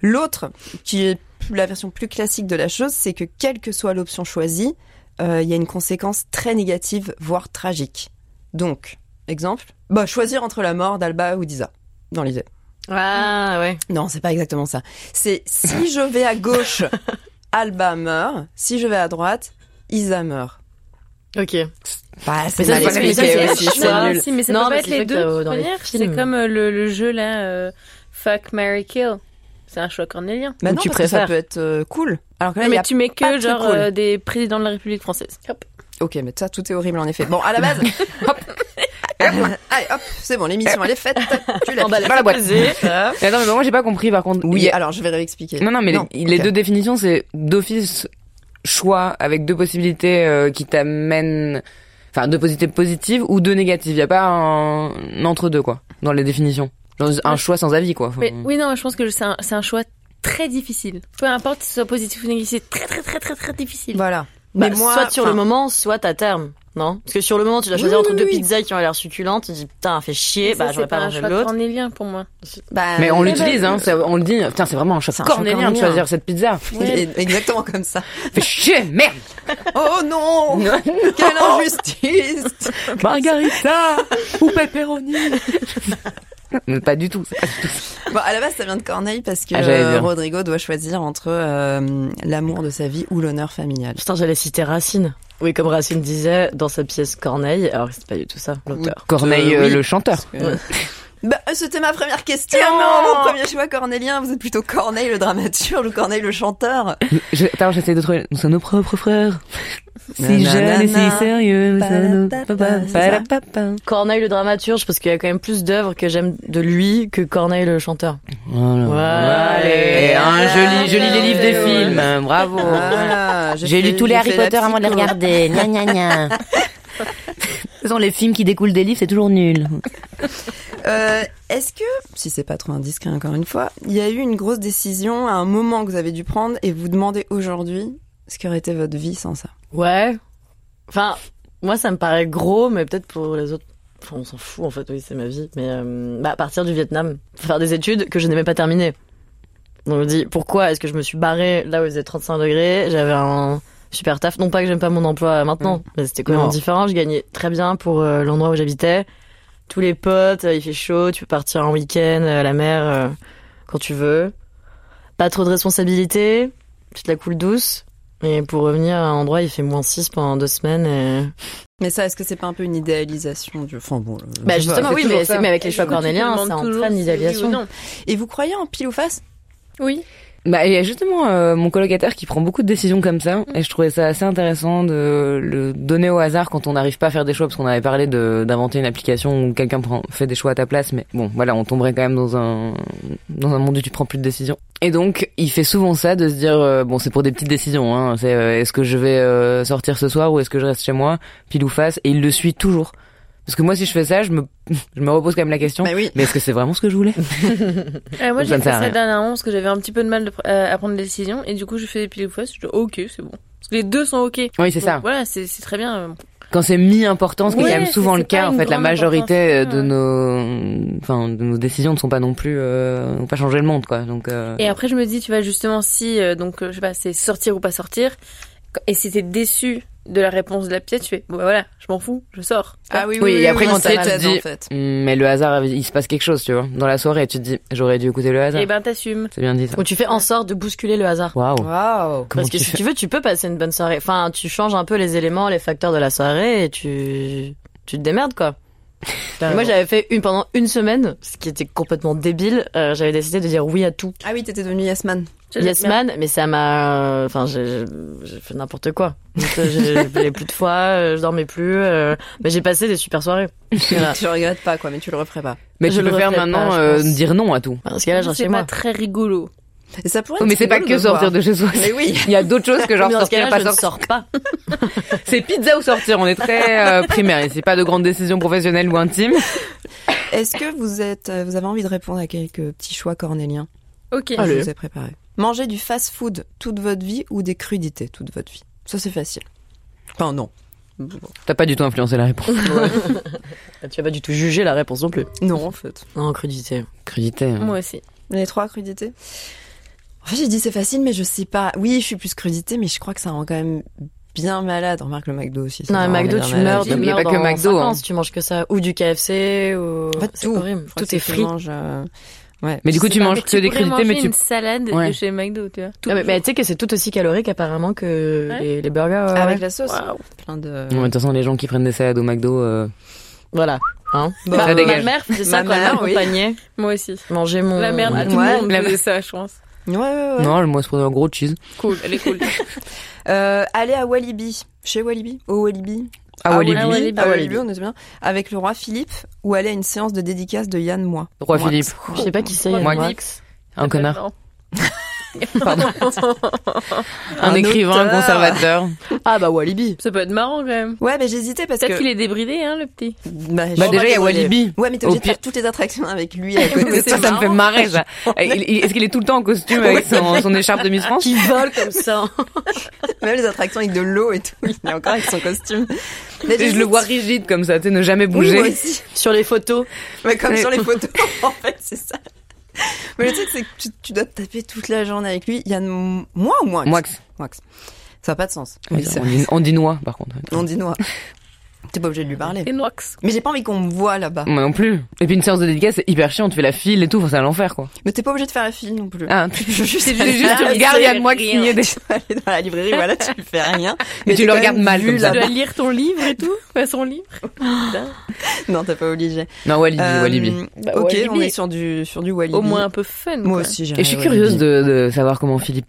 Speaker 1: L'autre, qui est la version plus classique de la chose, c'est que quelle que soit l'option choisie, euh, il y a une conséquence très négative, voire tragique. Donc, exemple, bah choisir entre la mort d'Alba ou d'Isa, dans l'idée.
Speaker 3: Ah ouais.
Speaker 1: Non, c'est pas exactement ça. [laughs] C'est si je vais à gauche, Alba meurt. Si je vais à droite, Isa meurt.
Speaker 3: Ok.
Speaker 1: Bah, c'est
Speaker 3: ça,
Speaker 1: mal
Speaker 3: c'est- mais ça,
Speaker 1: expliqué
Speaker 3: c'est-
Speaker 1: aussi, je suis
Speaker 3: non,
Speaker 1: nulle.
Speaker 2: si, mais ça
Speaker 3: Non, mais
Speaker 2: peut pas être
Speaker 3: c'est
Speaker 2: les
Speaker 3: vrai
Speaker 2: deux.
Speaker 3: que,
Speaker 2: de
Speaker 3: euh,
Speaker 2: toute
Speaker 3: dans les
Speaker 2: manière. C'est
Speaker 3: films.
Speaker 2: comme euh, le, le jeu là, euh, Fuck, Mary Kill. C'est un choix cornélien.
Speaker 1: Bah
Speaker 3: Donc
Speaker 1: non,
Speaker 3: tu
Speaker 1: parce que
Speaker 3: préfères.
Speaker 1: ça peut être euh, cool. Alors que là, il y
Speaker 2: mais
Speaker 1: a-
Speaker 2: tu mets
Speaker 1: pas
Speaker 2: que
Speaker 1: de truc
Speaker 2: genre
Speaker 1: cool.
Speaker 2: euh, des présidents de la République française. Hop.
Speaker 3: Mm-hmm.
Speaker 1: Ok, mais ça, tout est horrible en effet. Bon, à la [laughs] base, hop. Euh, Allez, hop, c'est bon, l'émission, elle est faite. Tu l'as
Speaker 3: bah,
Speaker 5: Dans la
Speaker 3: [laughs]
Speaker 5: boîte.
Speaker 1: prise.
Speaker 5: Mais attends, mais moi j'ai pas compris par contre.
Speaker 1: [laughs]
Speaker 5: Il
Speaker 1: Oui,
Speaker 5: y a-
Speaker 1: alors je vais réexpliquer.
Speaker 5: Non, non, mais les, les
Speaker 1: ok.
Speaker 5: deux définitions, c'est d'office choix avec deux possibilités euh, qui t'amènent. Enfin, deux possibilités positives ou deux négatives. Il y a pas un, un entre-deux, quoi, dans les définitions. Genre, un choix sans avis, quoi.
Speaker 2: Mais
Speaker 5: Enfin,
Speaker 2: oui, non, je pense que c'est un, c'est un choix très difficile. Peu importe si ce soit positif ou négatif, c'est très très très très très difficile.
Speaker 1: Voilà. mais
Speaker 3: Bah,
Speaker 1: moi,
Speaker 3: soit sur le
Speaker 1: enfin,
Speaker 3: moment, soit à terme. Non Parce que sur le moment, tu dois choisir
Speaker 1: Oui,
Speaker 3: entre
Speaker 1: oui,
Speaker 3: deux
Speaker 1: oui.
Speaker 3: pizzas qui ont l'air succulentes, tu te dis putain, fait chier,
Speaker 2: Et ça,
Speaker 3: bah j'aurais
Speaker 2: c'est
Speaker 3: pas
Speaker 2: un
Speaker 3: mangé
Speaker 2: choix
Speaker 3: l'autre.
Speaker 2: cornélien pour moi.
Speaker 1: bah,
Speaker 5: Mais on
Speaker 1: eh
Speaker 5: l'utilise,
Speaker 1: ben,
Speaker 5: hein. ça- on le dit. Putain, c'est vraiment un choix
Speaker 1: C'est un choix
Speaker 5: cornélien de
Speaker 1: cornélien.
Speaker 5: choisir cette pizza.
Speaker 1: c'est Exactement comme [laughs] ça.
Speaker 5: Fais chier, [laughs] merde!
Speaker 1: Oh non Quelle injustice
Speaker 5: Margarita ou pepperoni. Mais [laughs] pas du tout. c'est pas du tout.
Speaker 1: Bon, à la base, ça vient de Corneille parce que
Speaker 5: Ah, j'allais
Speaker 1: euh,
Speaker 5: dire.
Speaker 1: Rodrigo doit choisir entre euh, l'amour de sa vie ou l'honneur familial.
Speaker 3: Putain, j'allais citer Racine. Oui, comme Racine disait dans sa pièce Corneille, alors que c'est pas du tout ça, l'auteur.
Speaker 5: Corneille,
Speaker 1: Euh, oui.
Speaker 5: euh, le chanteur.
Speaker 1: Bah, c'était ma première question.
Speaker 3: non
Speaker 1: Mon premier choix cornélien. Vous êtes plutôt Corneille le dramaturge ou Corneille le
Speaker 5: [laughs]
Speaker 1: chanteur
Speaker 5: Je, attends, j'essaie de trouver. Nous sommes nos propres frères. Si
Speaker 1: Nanana.
Speaker 5: jeune et si sérieux, nous sommes nos
Speaker 1: Patata,
Speaker 5: papas.
Speaker 1: c'est ça
Speaker 5: Patapapa.
Speaker 3: Corneille le dramaturge, parce qu'il y a quand même plus d'œuvres que j'aime de lui que Corneille le chanteur.
Speaker 5: Voilà.
Speaker 3: Voilà.
Speaker 5: Allez, hein, je lis, je lis les livres des films. hein, Bravo.
Speaker 1: Voilà,
Speaker 5: J'ai
Speaker 1: fait-
Speaker 5: lu tous les
Speaker 1: Ah, j'ai
Speaker 5: Harry
Speaker 1: fait la
Speaker 5: Potter avant de les
Speaker 1: psycho.
Speaker 5: regarder. Gna gna [laughs] gna. Ce sont les films qui découlent des livres, c'est toujours nul.
Speaker 1: Euh, Est-ce que, si c'est pas trop indiscret encore une fois, il y a eu une grosse décision à un moment que vous avez dû prendre et vous demandez aujourd'hui ce qu'aurait été votre vie sans ça
Speaker 3: Ouais. Enfin, moi ça me paraît gros, mais peut-être pour les autres. Enfin, on s'en fout en fait, oui, c'est ma vie. Mais euh, bah, partir du Vietnam, faire des études que je n'ai même pas terminées. Donc je me dis, pourquoi est-ce que je me suis barrée là où il faisait 35 degrés J'avais un super taf. Non pas que j'aime pas mon emploi maintenant, mais c'était quand même
Speaker 1: Non.
Speaker 3: différent. Je gagnais très bien pour euh, l'endroit où j'habitais. Tous les potes, euh, il fait chaud, tu peux partir en week-end euh, à la mer euh, quand tu veux. Pas trop de responsabilités, tu te la coules douce. Et pour revenir à un endroit, il fait moins 6 pendant deux semaines. Et...
Speaker 1: Mais ça, est-ce que c'est pas un peu une idéalisation du... Enfin bon... euh,
Speaker 3: Bah
Speaker 1: je sais pas.
Speaker 3: justement, oui,
Speaker 5: toujours
Speaker 3: mais,
Speaker 5: ça.
Speaker 3: c'est- mais avec les choix
Speaker 2: Du coup, tu te
Speaker 3: cornéliens,
Speaker 2: demandes
Speaker 3: ça
Speaker 2: toujours
Speaker 3: entraîne
Speaker 2: si oui ou
Speaker 3: l'idéalisation.
Speaker 2: non.
Speaker 1: Et vous croyez en pile ou face
Speaker 2: Oui.
Speaker 5: Bah, il y a justement euh, mon colocataire qui prend beaucoup de décisions comme ça, et je trouvais ça assez intéressant de le donner au hasard quand on n'arrive pas à faire des choix, parce qu'on avait parlé de- d'inventer une application où quelqu'un prend- fait des choix à ta place, mais bon, voilà, on tomberait quand même dans un dans un monde où tu prends plus de décisions. Et donc, il fait souvent ça de se dire, euh, bon, c'est pour des petites décisions, hein, c'est euh, est-ce que je vais euh, sortir ce soir ou est-ce que je reste chez moi, pile ou face, et il le suit toujours. Parce que moi, si je fais ça, je me [laughs] je me repose quand même la question.
Speaker 1: Bah oui.
Speaker 5: Mais est-ce que c'est vraiment ce que je voulais
Speaker 2: Euh,
Speaker 5: Ça
Speaker 2: moi,
Speaker 5: ne
Speaker 2: j'ai fait
Speaker 5: sert à
Speaker 2: ça
Speaker 5: rien.
Speaker 2: dernièrement parce que j'avais un petit peu de mal de pr- euh, à prendre des décisions et du coup, je fais des pile ou face. Je dis ok, c'est bon. Parce que les deux sont ok.
Speaker 5: Oui, c'est
Speaker 2: Donc,
Speaker 5: ça.
Speaker 2: Voilà, c'est c'est très bien. euh,
Speaker 5: quand c'est mi-important, ce qui est quand
Speaker 2: Ouais,
Speaker 5: même
Speaker 2: c'est-
Speaker 5: souvent
Speaker 2: c'est
Speaker 5: le cas,
Speaker 2: pas
Speaker 5: en
Speaker 2: une
Speaker 5: fait, la
Speaker 2: grande
Speaker 5: majorité euh,
Speaker 2: importance,
Speaker 5: de
Speaker 2: ouais.
Speaker 5: nos, enfin, de nos décisions ne sont pas non plus, euh, n'ont pas changé le monde, quoi. Donc, euh,
Speaker 2: Et après, je me dis, tu vois, justement, si, euh, donc, euh, je sais pas, c'est sortir ou pas sortir, qu- et si t'es déçu de la réponse de la pièce, tu fais, bon, bah, voilà, je m'en fous, je sors.
Speaker 1: Ah oui,
Speaker 5: Oui, et après, quand
Speaker 1: ça
Speaker 5: t'as- tu
Speaker 1: t'aide,
Speaker 5: dis-
Speaker 1: en fait.
Speaker 5: hum, mais le hasard, il se passe quelque chose, tu vois. Dans la soirée, tu te dis, j'aurais dû écouter le hasard.
Speaker 2: Et ben, t'assumes.
Speaker 5: C'est bien dit ça.
Speaker 3: Où tu fais en sorte de bousculer le hasard.
Speaker 5: Waouh.
Speaker 1: Waouh
Speaker 5: Comment
Speaker 3: Parce que
Speaker 5: tu
Speaker 3: si
Speaker 5: fais
Speaker 3: tu veux, tu peux passer une bonne soirée. Enfin, tu changes un peu les éléments, les facteurs de la soirée et tu, tu te démerdes [laughs] quoi. Et Moi j'avais fait une pendant une semaine, ce qui était complètement débile. euh, j'avais décidé de dire oui à tout.
Speaker 1: Ah oui, t'étais devenu Yes Man.
Speaker 3: Yes man, mais ça m'a, enfin j'ai j'ai fait n'importe quoi. Donc, euh, J'ai [laughs] appelé plus de fois, euh, je dormais plus, euh, mais j'ai passé des super soirées. Voilà.
Speaker 1: [laughs] Tu regrettes pas, quoi, mais tu le referais pas.
Speaker 5: Mais
Speaker 3: je
Speaker 5: tu
Speaker 3: le
Speaker 5: peux faire
Speaker 3: regrette
Speaker 5: maintenant,
Speaker 3: pas, je
Speaker 5: euh,
Speaker 3: pense.
Speaker 5: dire non à tout.
Speaker 3: Parce que là, je reste
Speaker 2: C'est
Speaker 3: chez
Speaker 2: pas
Speaker 3: moi.
Speaker 2: très rigolo.
Speaker 1: Et ça pourrait
Speaker 5: Oh,
Speaker 1: être
Speaker 5: mais c'est pas
Speaker 1: rigolo
Speaker 5: que
Speaker 1: de
Speaker 5: sortir
Speaker 1: voir.
Speaker 5: de chez soi.
Speaker 1: [laughs] Mais oui
Speaker 5: [laughs] Il y a d'autres choses que genre
Speaker 3: Mais dans ce
Speaker 5: sortir,
Speaker 3: cas-là,
Speaker 5: pas
Speaker 3: je ne
Speaker 5: sortir.
Speaker 3: sors pas.
Speaker 5: C'est pizza ou sortir. On est très euh, primaire ici. Pas de grandes décisions professionnelles ou intimes.
Speaker 1: Est-ce que vous êtes, euh, vous avez envie de répondre à quelques petits choix cornéliens
Speaker 2: Ok.
Speaker 1: Ah, que je vous ai préparés Manger du fast-food toute votre vie ou des crudités toute votre vie Ça, c'est facile. Enfin, non.
Speaker 5: T'as pas du tout influencé la réponse.
Speaker 3: Ah, Tu as pas du tout jugé la réponse non plus.
Speaker 1: Non, en fait.
Speaker 3: Non, crudité.
Speaker 5: Crudité. hein.
Speaker 2: Moi aussi.
Speaker 1: Les trois crudités En fait, j'ai dit c'est facile, mais je sais pas. Oui, je suis plus crudité, mais je crois que ça rend quand même bien malade. Remarque le McDo aussi. ça
Speaker 3: Non,
Speaker 1: rend
Speaker 3: mais McDo,
Speaker 1: bien
Speaker 3: tu
Speaker 1: malade.
Speaker 3: meurs,
Speaker 5: vie.
Speaker 3: tu
Speaker 5: Il y a
Speaker 3: meurs
Speaker 5: pas que
Speaker 3: dans 5
Speaker 5: McDo,
Speaker 3: ans
Speaker 5: hein.
Speaker 3: si tu manges que ça. Ou du KFC, ou...
Speaker 1: En fait,
Speaker 3: C'est
Speaker 1: tout.
Speaker 3: horrible.
Speaker 1: Je crois
Speaker 3: Tout
Speaker 1: que
Speaker 3: est
Speaker 1: c'est
Speaker 3: frit.
Speaker 1: mange, euh, Ouais.
Speaker 5: Mais du coup,
Speaker 2: Je
Speaker 5: tu
Speaker 2: sais pas,
Speaker 5: manges
Speaker 2: Bah, mais
Speaker 5: que des
Speaker 2: pourrais
Speaker 5: crudités, mais
Speaker 2: manger
Speaker 5: tu.
Speaker 2: une salade
Speaker 5: Ouais.
Speaker 2: de chez McDo, tu vois.
Speaker 3: Ah, mais, mais tu sais que c'est tout aussi calorique apparemment que
Speaker 2: Ouais.
Speaker 3: les, les burgers. euh,
Speaker 1: Avec
Speaker 3: ouais.
Speaker 1: Ah la sauce. Plein de.
Speaker 5: Ouais, De toute façon, les gens qui prennent des salades au McDo, euh,
Speaker 3: Voilà. Hein
Speaker 5: ça
Speaker 3: Bah,
Speaker 5: dégage.
Speaker 3: ma mère faisait ça
Speaker 1: Ma
Speaker 3: quand elle
Speaker 1: mère, oui.
Speaker 3: m'accompagnait.
Speaker 2: Moi aussi.
Speaker 3: Manger mon.
Speaker 2: La mère
Speaker 5: Ouais.
Speaker 2: de tout
Speaker 1: Ouais.
Speaker 2: le monde
Speaker 5: La-
Speaker 2: faisait ça, je pense.
Speaker 1: Ouais, ouais, ouais.
Speaker 5: Non, moi, je prenais un gros cheese.
Speaker 2: Cool, elle est [laughs] cool.
Speaker 1: Euh, aller à Walibi. Chez Walibi. Au Walibi.
Speaker 5: Ah, Walibi.
Speaker 1: À Walibi,
Speaker 2: Ah,
Speaker 1: à
Speaker 2: Walibi.
Speaker 1: Walibi, on était bien. Avec le roi Philippe ou aller à une séance de dédicace de Yann Moi.
Speaker 5: Roi
Speaker 1: Moi.
Speaker 5: Philippe.
Speaker 3: Je sais pas qui c'est,
Speaker 2: Moi,
Speaker 3: Yann
Speaker 5: Philippe.
Speaker 3: Wax.
Speaker 5: Un connard.
Speaker 2: Pardon.
Speaker 5: Un, écrivain, un
Speaker 1: auteur. [laughs]
Speaker 5: conservateur.
Speaker 3: Ah bah Walibi.
Speaker 2: Ça peut être marrant quand même.
Speaker 1: Ouais, mais j'hésitais parce
Speaker 2: Peut-être
Speaker 1: que.
Speaker 2: qu'il est débridé, hein, le petit.
Speaker 1: Bah, je-
Speaker 5: Bah, déjà, il y a
Speaker 1: Ouais,
Speaker 5: Walibi.
Speaker 1: Ouais, mais t'es
Speaker 5: Au
Speaker 1: obligé de
Speaker 5: pire-
Speaker 1: faire toutes les attractions avec lui
Speaker 5: [laughs]
Speaker 1: à côté.
Speaker 5: Mais
Speaker 1: [laughs] c'est
Speaker 5: ça, ça me
Speaker 1: marrant.
Speaker 5: fait
Speaker 1: [laughs]
Speaker 5: marrer, ça. Il- il- Est-ce qu'il est tout le temps en costume avec son, son écharpe de Miss France
Speaker 3: Qui vole comme ça. hein.
Speaker 1: Même les attractions avec de l'eau et tout. Il est encore avec son
Speaker 5: [laughs]
Speaker 1: costume. Mais
Speaker 5: Et Je le vois rigide comme ça, tu sais, ne jamais
Speaker 1: Oui, moi
Speaker 5: bouger.
Speaker 1: aussi.
Speaker 3: [laughs] Sur les photos.
Speaker 1: Mais Bah, comme
Speaker 5: Mais-
Speaker 1: sur les photos, [laughs] en fait, c'est ça. Mais le truc, c'est que tu, tu dois te taper toute la journée avec lui. Il y a moi ou moi
Speaker 5: Moi,
Speaker 1: Ça n'a pas de sens.
Speaker 5: on
Speaker 1: Oui,
Speaker 5: dit-
Speaker 1: c'est
Speaker 5: on dit- on dit noix, par contre.
Speaker 1: On dit noix. T'es pas obligé de lui parler.
Speaker 2: Et Nox.
Speaker 1: Mais j'ai pas envie qu'on me voit là-bas.
Speaker 5: Moi non plus. Et puis une séance de dédicace, c'est hyper chiant, tu fais la file et tout, enfin, c'est à l'enfer, quoi.
Speaker 1: Mais t'es pas obligé de faire la file non plus.
Speaker 5: Ah,
Speaker 1: [laughs] Je suis juste,
Speaker 5: C'est juste, tu regardes, il y a de moi qui signait des
Speaker 1: Tu vas aller dans la
Speaker 5: [laughs]
Speaker 1: librairie, voilà, tu fais rien.
Speaker 5: Mais tu
Speaker 1: t'es
Speaker 5: le
Speaker 1: quand
Speaker 5: regardes
Speaker 1: même
Speaker 5: mal,
Speaker 1: vu
Speaker 5: comme
Speaker 2: Tu
Speaker 5: ça.
Speaker 1: là-bas.
Speaker 2: dois lire ton livre et tout, [laughs] pas son livre. Putain.
Speaker 1: Non, t'es pas obligé.
Speaker 5: Non, Walibi,
Speaker 1: Euh,
Speaker 5: Walibi.
Speaker 2: Bah,
Speaker 1: ok,
Speaker 2: Walibi.
Speaker 1: on est sur du, sur du Walibi.
Speaker 2: Au moins un peu fun.
Speaker 1: Moi
Speaker 2: quoi.
Speaker 1: aussi, j'ai
Speaker 5: Et je suis curieuse de, de savoir comment Philippe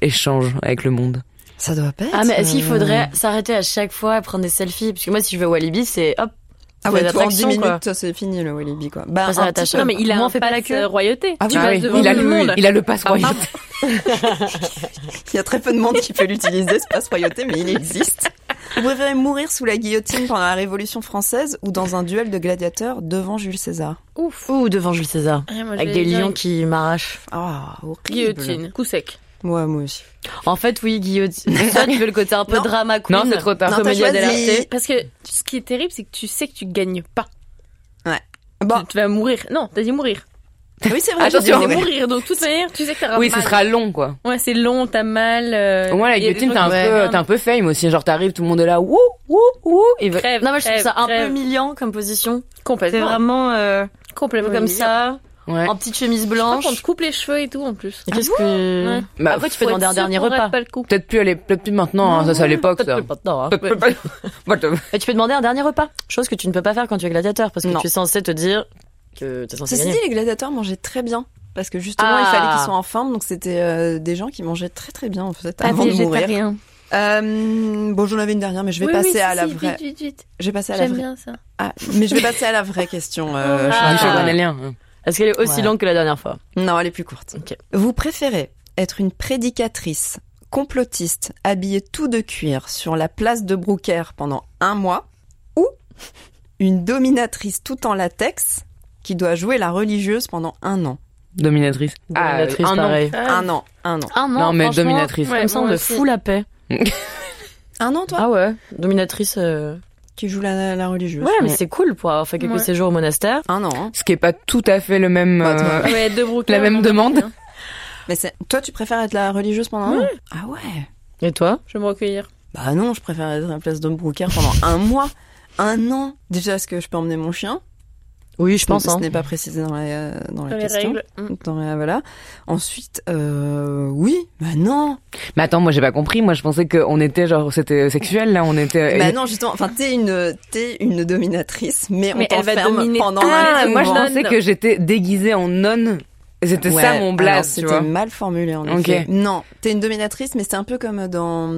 Speaker 5: échange avec le monde.
Speaker 1: Ça doit pas être.
Speaker 3: Ah mais est-ce qu'il
Speaker 1: euh,
Speaker 3: faudrait s'arrêter à chaque fois et prendre des selfies Parce que moi si je vais au Walibi c'est hop.
Speaker 1: Ah
Speaker 3: faut
Speaker 1: ouais,
Speaker 3: des
Speaker 1: toi, en 10
Speaker 3: attractions,
Speaker 1: minutes, ça
Speaker 3: quoi.
Speaker 1: c'est fini le Walibi quoi. Bah,
Speaker 3: Enfin, ça
Speaker 1: un
Speaker 3: va
Speaker 1: petit
Speaker 3: t'acheter.
Speaker 1: peu.
Speaker 2: Non, mais il a
Speaker 3: Comment
Speaker 2: un
Speaker 3: on fait pas la
Speaker 2: pass,
Speaker 3: queue
Speaker 2: euh, royauté.
Speaker 1: Ah oui,
Speaker 2: Tu
Speaker 1: ah
Speaker 2: passes
Speaker 1: oui,
Speaker 2: devant
Speaker 5: il, a
Speaker 2: tout le
Speaker 5: le,
Speaker 2: monde.
Speaker 5: il a le passe
Speaker 2: Ah,
Speaker 5: royal.
Speaker 2: pardon.
Speaker 1: Il y a très peu de monde qui peut l'utiliser, ce passe royauté, mais il existe. Vous préférez mourir sous la guillotine pendant la Révolution française ou dans un duel de gladiateurs devant Jules César
Speaker 3: Ouf. Ou devant Jules César.
Speaker 2: Ah, moi,
Speaker 3: Avec
Speaker 2: j'allais
Speaker 3: des
Speaker 2: dire
Speaker 3: lions qui m'arrachent.
Speaker 1: Ah, horrible.
Speaker 2: Guillotine, coup sec.
Speaker 1: Ouais, moi aussi.
Speaker 3: En fait oui guillotine. Soit tu veux le côté un peu
Speaker 1: Non.
Speaker 3: drama queen.
Speaker 5: Non, c'est trop tard.
Speaker 1: Non, t'as
Speaker 3: Comédie
Speaker 1: choisi.
Speaker 3: dell'arte.
Speaker 2: Parce que ce qui est terrible, c'est que tu sais que tu gagnes pas.
Speaker 1: Bon,
Speaker 2: Tu vas mourir. Non, t'as dit mourir.
Speaker 1: Bah, oui, c'est vrai. j'ai dit
Speaker 5: Attention.
Speaker 2: T'as dit
Speaker 1: mourir.
Speaker 2: mourir, donc de toute manière, tu sais que t'auras
Speaker 5: Oui,
Speaker 2: mal.
Speaker 5: ce sera long, quoi.
Speaker 2: Ouais, c'est long, t'as mal. euh,
Speaker 5: Au moins, la
Speaker 2: il y a des
Speaker 5: guillotine,
Speaker 2: trucs
Speaker 5: t'es un,
Speaker 2: qui
Speaker 5: peu-
Speaker 2: sont-
Speaker 5: t'es un peu fame aussi. Genre, t'arrives, tout le monde est là, wouh, wouh, wouh. Il va-
Speaker 2: Crève,
Speaker 3: Non mais je trouve
Speaker 2: crève,
Speaker 3: ça un peu
Speaker 2: crève.
Speaker 3: humiliant comme position. C'est
Speaker 2: complètement.
Speaker 3: vraiment euh,
Speaker 2: complètement
Speaker 3: comme
Speaker 2: humiliant.
Speaker 3: ça,
Speaker 5: Ouais.
Speaker 3: en petite chemise
Speaker 2: Je crois
Speaker 3: blanche.
Speaker 2: qu'on te coupe les cheveux et tout en plus.
Speaker 3: Et Qu'est-ce que
Speaker 2: Ouais.
Speaker 5: Bah,
Speaker 3: Après tu peux
Speaker 2: Faut
Speaker 3: demander
Speaker 2: être
Speaker 3: un
Speaker 2: sûr
Speaker 3: dernier
Speaker 2: qu'on rate
Speaker 3: repas.
Speaker 2: Pas le coup.
Speaker 5: Peut-être plus, à l'é- peut-être plus maintenant, hein, ça c'est à l'époque.
Speaker 3: [laughs]
Speaker 5: ça.
Speaker 3: Ouais. Et tu peux demander un dernier repas, chose que tu ne peux pas faire quand tu es gladiateur, parce que
Speaker 1: Non.
Speaker 3: tu es censé te dire que tu es censé
Speaker 1: Ceci
Speaker 3: gagner.
Speaker 1: dit, les gladiateurs mangeaient très bien. Parce que justement,
Speaker 3: Ah.
Speaker 1: il fallait qu'ils soient en forme, donc c'était euh, des gens qui mangeaient très très bien en fait
Speaker 2: Ah, Pas
Speaker 1: avant de mourir.
Speaker 2: végétarien.
Speaker 1: Euh, bon, j'en avais une dernière, mais je vais
Speaker 2: Oui,
Speaker 1: passer
Speaker 2: oui,
Speaker 1: à
Speaker 2: si,
Speaker 1: la
Speaker 2: si,
Speaker 1: vraie.
Speaker 2: Vite, vite, vite.
Speaker 1: Je vais passer à la
Speaker 2: J'aime
Speaker 1: vraie.
Speaker 2: bien ça.
Speaker 1: Ah, mais je vais passer à la vraie question. euh,
Speaker 2: Ah.
Speaker 5: Michel
Speaker 1: Charles.
Speaker 5: Cornélien, hein.
Speaker 3: Est-ce qu'elle est aussi
Speaker 5: Ouais.
Speaker 3: longue que la dernière fois
Speaker 1: Non, elle est plus courte.
Speaker 3: Ok.
Speaker 1: Vous préférez être une prédicatrice complotiste habillée tout de cuir sur la place de Brouckère pendant un mois ou une dominatrice tout en latex qui doit jouer la religieuse pendant un an
Speaker 5: Dominatrice. Ah,
Speaker 3: Dominatrice,
Speaker 5: un an.
Speaker 3: pareil.
Speaker 1: Un an, un an.
Speaker 3: Ah
Speaker 5: Non, mais dominatrice.
Speaker 3: Ça
Speaker 2: Ouais,
Speaker 3: me
Speaker 2: moi
Speaker 3: semble
Speaker 2: aussi.
Speaker 3: fou la paix.
Speaker 1: Un an, toi
Speaker 3: Ah ouais, dominatrice. euh,
Speaker 1: Qui joue la, la religieuse.
Speaker 3: Ouais, mais c'est cool pour avoir fait quelques
Speaker 2: Ouais.
Speaker 3: séjours au monastère.
Speaker 1: Un an, hein.
Speaker 5: Ce qui est pas tout à fait le même.
Speaker 1: Bah,
Speaker 5: euh,
Speaker 2: [laughs] Ouais, deux
Speaker 5: La
Speaker 2: brocards,
Speaker 5: même
Speaker 2: bon,
Speaker 5: demande.
Speaker 2: bien.
Speaker 1: Mais c'est- toi, tu préfères être la religieuse pendant un an Ah ouais
Speaker 3: Et toi
Speaker 2: Je vais me recueillir.
Speaker 1: Bah non, je préfère être à la place de Brouckère pendant un [laughs] mois. Un an Déjà, est-ce que je peux emmener mon chien
Speaker 3: Oui, je pense.
Speaker 1: Ce
Speaker 3: Hein.
Speaker 1: n'est pas précisé dans la, euh, dans la
Speaker 2: Dans les
Speaker 1: question.
Speaker 2: règles. Mm.
Speaker 1: Dans la- voilà. Ensuite, euh, oui, bah non.
Speaker 5: Mais attends, moi j'ai pas compris. Moi je pensais qu'on était genre c'était euh, sexuel là, on était.
Speaker 1: Bah non, justement, enfin, t'es une, t'es une dominatrice, mais on
Speaker 2: Mais elle va
Speaker 1: t'enferme
Speaker 2: dominer
Speaker 1: pendant
Speaker 5: Ah,
Speaker 1: un
Speaker 5: moi je
Speaker 2: non.
Speaker 5: pensais que j'étais déguisée en nonne. Et C'était
Speaker 1: hein. Ouais,
Speaker 5: ça mon
Speaker 1: alors
Speaker 5: blaze, tu
Speaker 1: C'était
Speaker 5: vois.
Speaker 1: mal formulé en
Speaker 5: Ok.
Speaker 1: effet. Non, t'es une dominatrice, mais c'est un peu comme dans,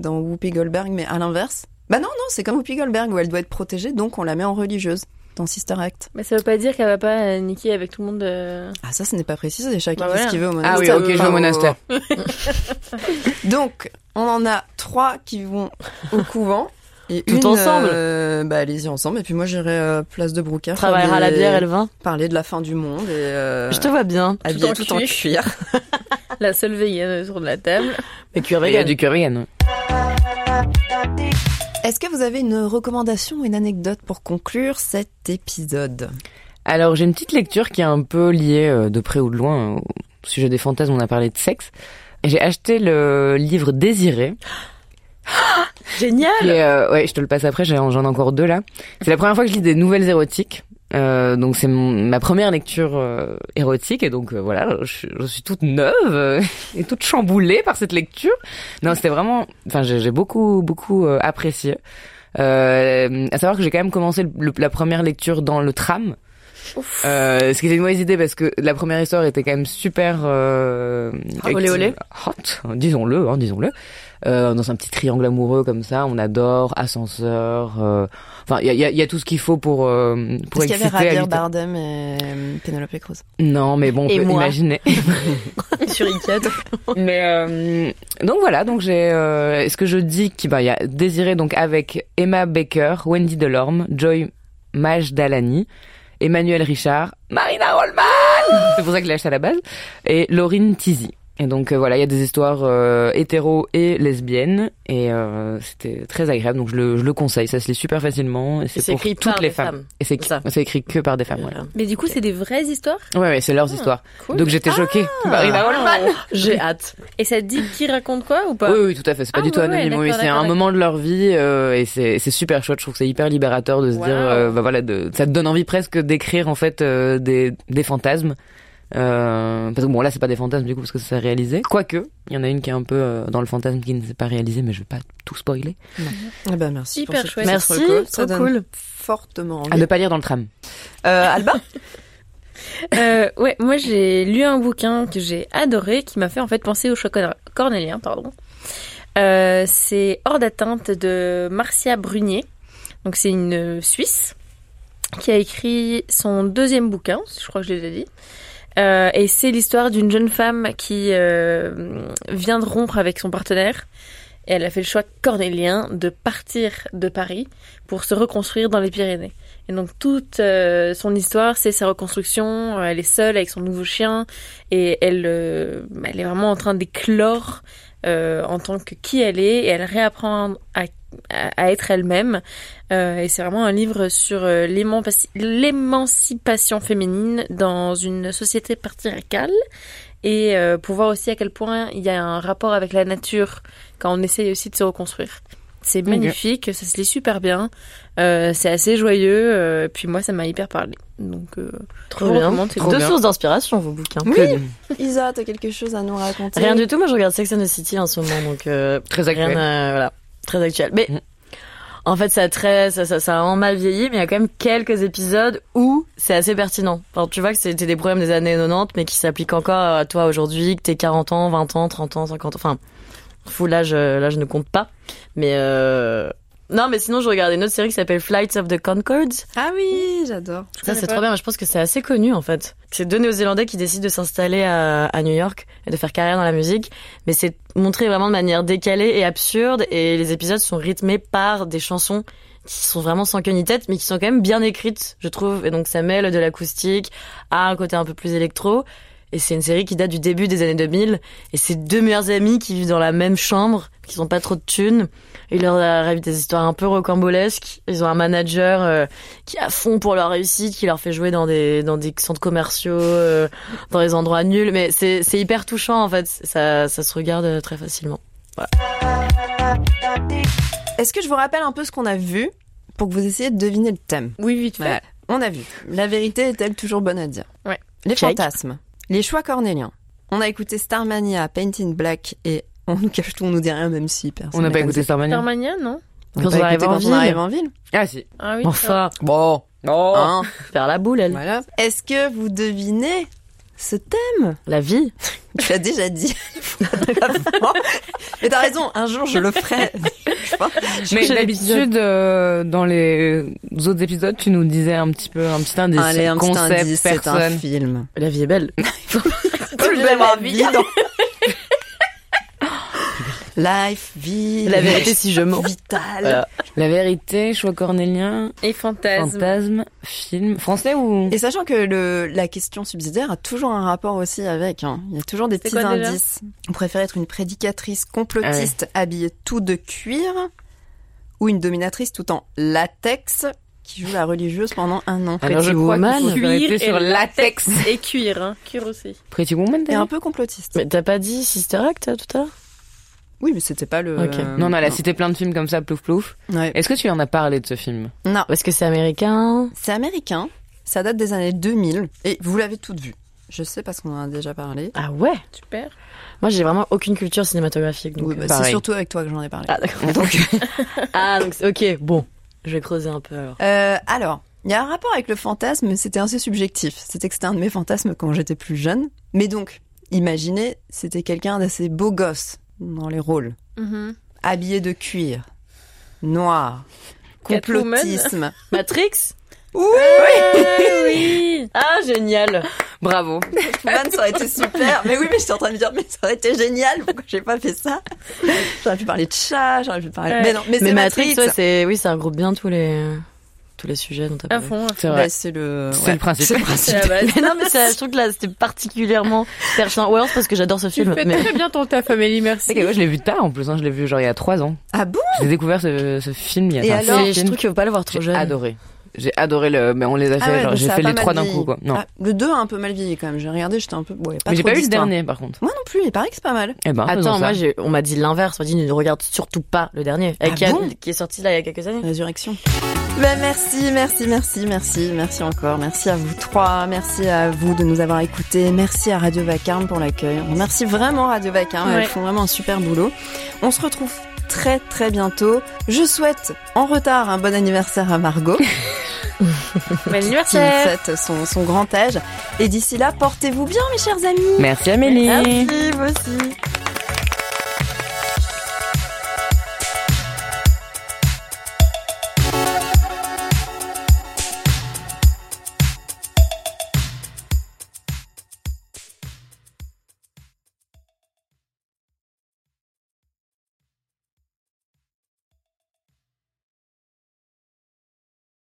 Speaker 1: dans Whoopi Goldberg, mais à l'inverse. Bah non, non, c'est comme Whoopi Goldberg où elle doit être protégée, donc on la met en religieuse dans Sister Act.
Speaker 2: Mais ça veut pas dire qu'elle va pas euh, niquer avec tout le monde. euh,
Speaker 1: Ah ça, ce n'est pas précisé, chacun fait
Speaker 2: Bah voilà.
Speaker 1: ce qu'il veut au monastère.
Speaker 5: Ah oui, ok, je vais
Speaker 1: Enfin,
Speaker 5: au monastère.
Speaker 1: Donc, on en a trois qui vont [laughs] au couvent. Et
Speaker 3: Tout
Speaker 1: une,
Speaker 3: ensemble
Speaker 1: euh, Bah, allez-y ensemble. Et puis moi, j'irai euh, place de Broucard.
Speaker 3: Travaillera la bière et le vin.
Speaker 1: Parler de la fin du monde et. Euh,
Speaker 3: Je te vois bien.
Speaker 1: habillée
Speaker 2: en
Speaker 1: tout en
Speaker 2: cuir.
Speaker 1: cuir.
Speaker 2: La seule veillée autour de la table. [laughs]
Speaker 3: Mais cuir
Speaker 5: Il y a
Speaker 3: vegan.
Speaker 5: du curry, hein.
Speaker 1: Culture [laughs] Est-ce que vous avez une recommandation ou une anecdote pour conclure cet épisode
Speaker 5: Alors j'ai une petite lecture qui est un peu liée euh, de près ou de loin euh, au sujet des fantasmes, on a parlé de sexe. Et J'ai acheté le livre Désiré.
Speaker 3: Génial
Speaker 5: qui est, euh, ouais, je te le passe après, j'en j'en ai encore deux là. C'est la première fois que je lis des nouvelles érotiques. Euh, donc c'est mon- ma première lecture euh, érotique et donc euh, voilà, je, suis- je suis toute neuve euh, [laughs] et toute chamboulée par cette lecture. Non, c'était vraiment, enfin j'ai j'ai beaucoup beaucoup euh, apprécié. Euh, à savoir que j'ai quand même commencé le- le- la première lecture dans le tram. Euh, ce qui était une mauvaise idée parce que la première histoire était quand même super euh,
Speaker 3: Ah, olé, olé.
Speaker 5: hot, disons-le, hein, disons-le. Euh, dans un petit triangle amoureux comme ça, on adore ascenseur. euh, Enfin, il y a, il y a- il y a tout ce qu'il faut pour euh, pour
Speaker 1: Parce qu'il y
Speaker 5: exciter.
Speaker 1: avait Javier
Speaker 5: à l'idée.
Speaker 1: Bardem et euh, Penelope Cruz.
Speaker 5: non, mais bon, on
Speaker 3: Et
Speaker 5: peut
Speaker 3: moi.
Speaker 5: imaginer.
Speaker 3: Sur Ikea.
Speaker 5: mais euh, donc voilà, donc j'ai. Euh, ce que je dis qu'il bah, il y a Désiré donc avec Emma Baker, Wendy Delorme, Joy Majdalani, Emmanuel Richard, Marina Rollman.
Speaker 3: Ah.
Speaker 5: C'est pour ça que je l'ai acheté à la base. Et Laurine Tizi. Et donc euh, voilà, il y a des histoires euh, hétéro et lesbiennes et euh, c'était très agréable. Donc je le, je le conseille, ça se lit super facilement et
Speaker 3: Et
Speaker 5: c'est
Speaker 3: c'est
Speaker 5: pour
Speaker 3: écrit
Speaker 5: toutes
Speaker 3: par
Speaker 5: les
Speaker 3: des
Speaker 5: femmes.
Speaker 3: femmes.
Speaker 5: Et c'est
Speaker 3: Ça. Euh.
Speaker 5: c'est écrit que par des
Speaker 3: Ah,
Speaker 5: femmes. Voilà.
Speaker 2: Mais du coup, c'est des vraies histoires
Speaker 5: Ouais, ouais, c'est leurs histoires.
Speaker 2: cool. Bah,
Speaker 5: Donc
Speaker 3: Ah.
Speaker 5: j'étais choquée. Marina Rollman.
Speaker 3: J'ai hâte.
Speaker 2: Et ça te dit qui raconte quoi ou pas
Speaker 5: Oui, oui, tout à fait. C'est pas
Speaker 2: Ah,
Speaker 5: du tout
Speaker 2: ouais, ouais,
Speaker 5: anonyme. oui,
Speaker 2: d'accord,
Speaker 5: c'est un
Speaker 2: d'accord,
Speaker 5: moment de leur vie euh, et c'est c'est super chouette. Je trouve que c'est hyper libérateur de se
Speaker 2: Wow.
Speaker 5: dire, euh, bah voilà, de, ça te donne envie presque d'écrire en fait euh, des, des fantasmes. Euh, parce que bon là c'est pas des fantasmes du coup parce que ça s'est réalisé. Quoique, il y en a une qui est un peu euh, dans le fantasme qui ne s'est pas réalisée mais je vais pas tout spoiler.
Speaker 1: Eh ben, merci. Ah,
Speaker 2: Hyper
Speaker 1: pour ce
Speaker 2: chouette.
Speaker 1: petit
Speaker 3: Merci,
Speaker 1: reco.
Speaker 3: trop
Speaker 1: Ça donne
Speaker 3: cool.
Speaker 1: fortement
Speaker 5: À
Speaker 1: envie.
Speaker 5: ne pas lire dans le tram.
Speaker 1: Euh, Alba
Speaker 2: Euh, ouais, moi j'ai lu un bouquin que j'ai adoré qui m'a fait en fait penser au choc corn- cornélien, pardon. Euh, c'est Hors d'atteinte de Marcia Brunier. Donc c'est une euh, Suisse qui a écrit son deuxième bouquin, je crois que je l'ai déjà dit. Euh, et c'est l'histoire d'une jeune femme qui euh, vient de rompre avec son partenaire et elle a fait le choix cornélien de partir de Paris pour se reconstruire dans les Pyrénées. Et donc toute euh, son histoire, c'est sa reconstruction. Euh, Elle est seule avec son nouveau chien et elle, euh, elle est vraiment en train d'éclore euh, en tant que qui elle est et elle réapprend à, à- à être elle-même. Euh, et c'est vraiment un livre sur euh, l'émanci- l'émancipation féminine dans une société patriarcale et euh, pour voir aussi à quel point il y a un rapport avec la nature quand on essaye aussi de se reconstruire. C'est magnifique, ça se lit super bien. Euh, c'est assez joyeux, euh, puis moi ça m'a hyper parlé. Donc, euh,
Speaker 3: Trop bien.
Speaker 2: recommande, c'est
Speaker 5: Trop
Speaker 3: Deux
Speaker 5: bien.
Speaker 3: sources d'inspiration, vos bouquins.
Speaker 5: Que-
Speaker 1: Isa, t'as quelque chose à nous raconter
Speaker 3: Rien du tout, moi je regarde Sex and the City en ce moment, donc euh,
Speaker 5: Très
Speaker 3: rien,
Speaker 5: agréable.
Speaker 3: euh, voilà, très actuel. Mais
Speaker 5: Mm.
Speaker 3: en fait, ça, a très, ça, ça, ça a en mal vieilli, mais il y a quand même quelques épisodes où c'est assez pertinent. Enfin, tu vois que c'était des problèmes des années 90, mais qui s'appliquent encore à toi aujourd'hui, que t'es 40 ans, 20 ans, 30 ans, 50 ans, enfin, fou, là je, là, je ne compte pas. Mais euh... non, mais sinon, je regardais une autre série qui s'appelle Flights of the Concords.
Speaker 1: [laughs] Ah oui, j'adore.
Speaker 3: Ça, c'est trop bien. mais Je pense que c'est assez connu, en fait. C'est deux Néo-Zélandais qui décident de s'installer à, à New York et de faire carrière dans la musique. Mais c'est montré vraiment de manière décalée et absurde. Et les épisodes sont rythmés par des chansons qui sont vraiment sans queue ni tête, mais qui sont quand même bien écrites, je trouve. Et donc, ça mêle de l'acoustique à un côté un peu plus électro. Et c'est une série qui date du début des années 2000. Et c'est deux meilleurs amis qui vivent dans la même chambre, qui ont pas trop de thunes. Ils leur arrivent des histoires un peu rocambolesques. Ils ont un manager euh, qui est à fond pour leur réussite, qui leur fait jouer dans des dans des centres commerciaux, euh, dans des endroits nuls. Mais c'est c'est hyper touchant en fait. Ça ça se regarde euh, très facilement.
Speaker 1: Est-ce que je vous rappelle un peu ce qu'on a vu pour que vous essayiez de deviner le thème
Speaker 2: Oui, vite fait.
Speaker 1: Ouais. On a vu. La vérité est-elle toujours bonne à dire
Speaker 2: Ouais.
Speaker 1: Les
Speaker 3: Check.
Speaker 1: fantasmes. Les choix cornéliens. On a écouté Starmania, Paint in Black et [laughs] On nous cache tout, on nous dit rien, même si personne.
Speaker 5: On n'a
Speaker 1: n'a
Speaker 5: pas
Speaker 1: comme
Speaker 5: écouté Starmania.
Speaker 2: Starmania, non
Speaker 1: ça.
Speaker 3: Quand
Speaker 1: On n'a
Speaker 3: on
Speaker 1: pas
Speaker 3: arrive
Speaker 1: écouté
Speaker 3: en
Speaker 1: quand on
Speaker 3: ville.
Speaker 1: arrive en ville.
Speaker 5: Ah si.
Speaker 2: Ah oui.
Speaker 3: Enfin,
Speaker 5: Bon. Oh.
Speaker 1: Hein,
Speaker 3: faire la boule, elle.
Speaker 1: voilà. Est-ce que vous devinez ce thème
Speaker 3: La vie.
Speaker 1: Tu l'as déjà dit. [laughs] Avant. Mais t'as raison, un jour je le ferai. Je pense.
Speaker 5: Mais
Speaker 3: Changer
Speaker 5: d'habitude, euh, dans les autres épisodes, tu nous disais un petit peu, un petit indice,
Speaker 1: Allez, un petit
Speaker 5: concept,
Speaker 1: indice, c'est
Speaker 5: personne.
Speaker 1: un film.
Speaker 3: La vie est belle.
Speaker 1: Plus belle la vie. Life, vie,
Speaker 3: La vérité, si je mens.
Speaker 1: vitale.
Speaker 3: Voilà.
Speaker 5: La vérité, choix cornélien,
Speaker 2: Et fantasme.
Speaker 5: fantasme, film. Français ou
Speaker 1: Et sachant que le, la question subsidiaire a toujours un rapport aussi avec, hein. il y a toujours des
Speaker 2: C'est
Speaker 1: petits
Speaker 2: quoi déjà
Speaker 1: indices. On préfère être une prédicatrice complotiste habillée tout de cuir ou une dominatrice tout en latex qui joue la religieuse pendant un an.
Speaker 5: Alors je
Speaker 1: Pretty
Speaker 5: crois
Speaker 1: Woman.
Speaker 5: qu'il faut s'arrêter sur latex.
Speaker 2: Et cuir, hein. Cuir aussi.
Speaker 5: Pretty Woman
Speaker 1: Et
Speaker 5: d'ailleurs
Speaker 1: un peu complotiste.
Speaker 3: Mais t'as pas dit Sister Act euh, tout à l'heure
Speaker 1: Oui, mais c'était pas le.
Speaker 3: Ok.
Speaker 5: Non, non, elle a cité plein de films comme ça, plouf plouf.
Speaker 1: Ouais.
Speaker 5: Est-ce que tu en as parlé de ce film
Speaker 1: Non,
Speaker 3: Parce que c'est américain.
Speaker 1: c'est américain. Ça date des années 2000 et vous l'avez toutes vu. Je sais parce qu'on en a déjà parlé.
Speaker 3: Ah ouais
Speaker 2: Super.
Speaker 3: Moi, j'ai vraiment aucune culture cinématographique. Donc,
Speaker 1: Oui,
Speaker 3: euh,
Speaker 1: bah, c'est
Speaker 5: pareil.
Speaker 1: surtout avec toi que j'en ai parlé.
Speaker 3: Ah
Speaker 1: [laughs]
Speaker 3: d'accord. Donc... [laughs] ah donc c'est- ok bon. Je vais creuser un peu alors.
Speaker 1: Euh, alors, il y a un rapport avec le fantasme, mais c'était assez subjectif. C'était que c'était un de mes fantasmes quand j'étais plus jeune. Mais donc, imaginez, c'était quelqu'un d'assez beau gosse dans les rôles,
Speaker 2: Mhm.
Speaker 1: habillé de cuir, noir,
Speaker 2: Catwoman. [laughs]
Speaker 1: complotisme.
Speaker 3: Matrix
Speaker 1: Oui,
Speaker 2: Ah [laughs] oui.
Speaker 3: Ah génial.
Speaker 5: Bravo.
Speaker 1: Catwoman, ça aurait été super. Mais oui, mais j'étais en train de me dire, mais ça aurait été génial. Pourquoi j'ai pas fait ça J'aurais pu parler de chat, j'aurais pu parler.
Speaker 2: Ouais.
Speaker 1: Mais non, mais,
Speaker 3: Mais
Speaker 1: c'est
Speaker 3: Matrix,
Speaker 1: Matrix.
Speaker 3: ouais, c'est oui, ça regroupe bien tous les tous les sujets dont t'as
Speaker 2: À
Speaker 3: parlé.
Speaker 2: fond. à fond.
Speaker 5: C'est vrai.
Speaker 1: Bah, c'est le.
Speaker 5: C'est
Speaker 1: ouais.
Speaker 5: le principe.
Speaker 1: C'est le principe.
Speaker 2: Ah, bah, C'est la base.
Speaker 3: Mais [laughs] non, mais c'est- je trouve que là, c'était particulièrement pertinent. Ou alors c'est parce que j'adore ce
Speaker 2: Tu
Speaker 3: film.
Speaker 2: fais
Speaker 3: Mais
Speaker 2: très bien ton taf, Amélie,
Speaker 5: C'est
Speaker 2: merci.
Speaker 5: que moi, je l'ai vu tard en plus, hein. je l'ai vu genre il y a trois ans.
Speaker 1: [laughs] Ah bon
Speaker 5: J'ai découvert ce, ce film il y a
Speaker 1: Et
Speaker 5: enfin, ce
Speaker 1: alors
Speaker 3: mais je
Speaker 5: film.
Speaker 3: trouve qu'il faut pas le voir trop
Speaker 5: J'ai
Speaker 3: jeune.
Speaker 5: adoré. J'ai adoré le. Mais on les a fait,
Speaker 1: Ah ouais,
Speaker 5: genre
Speaker 1: donc
Speaker 5: j'ai
Speaker 1: ça a
Speaker 5: fait
Speaker 1: pas
Speaker 5: les
Speaker 1: mal
Speaker 5: trois d'un coup
Speaker 1: vieilli.
Speaker 5: quoi. Non.
Speaker 1: Ah, le 2 a un peu mal vieilli quand même. J'ai regardé, j'étais un peu. Ouais, pas
Speaker 5: mais j'ai
Speaker 1: trop
Speaker 5: pas vu le
Speaker 1: d'histoire.
Speaker 5: dernier par contre.
Speaker 1: Moi non plus, il paraît que c'est pas mal.
Speaker 5: Eh ben, faisons
Speaker 3: Attends, moi
Speaker 5: ça.
Speaker 3: j'ai- on m'a dit l'inverse, on m'a dit ne regarde surtout pas le dernier, euh,
Speaker 1: Ah
Speaker 3: qui, a-
Speaker 1: bon
Speaker 3: qui est sorti là il y a quelques années.
Speaker 1: Résurrection. Bah, merci, merci, merci, merci, merci encore. Merci à vous trois. Merci à vous de nous avoir écoutés. Merci à Radio Vacarme pour l'accueil. On remercie vraiment Radio Vacarme.
Speaker 2: Ouais.
Speaker 1: Elles font vraiment un super boulot. On se retrouve très très bientôt. Je souhaite en retard un bon anniversaire à [laughs] Margot
Speaker 2: Bon
Speaker 1: qui
Speaker 2: anniversaire.
Speaker 1: fête son, son grand âge. Et d'ici là, portez-vous bien mes chers amis.
Speaker 5: Merci Amélie.
Speaker 3: Merci, moi aussi.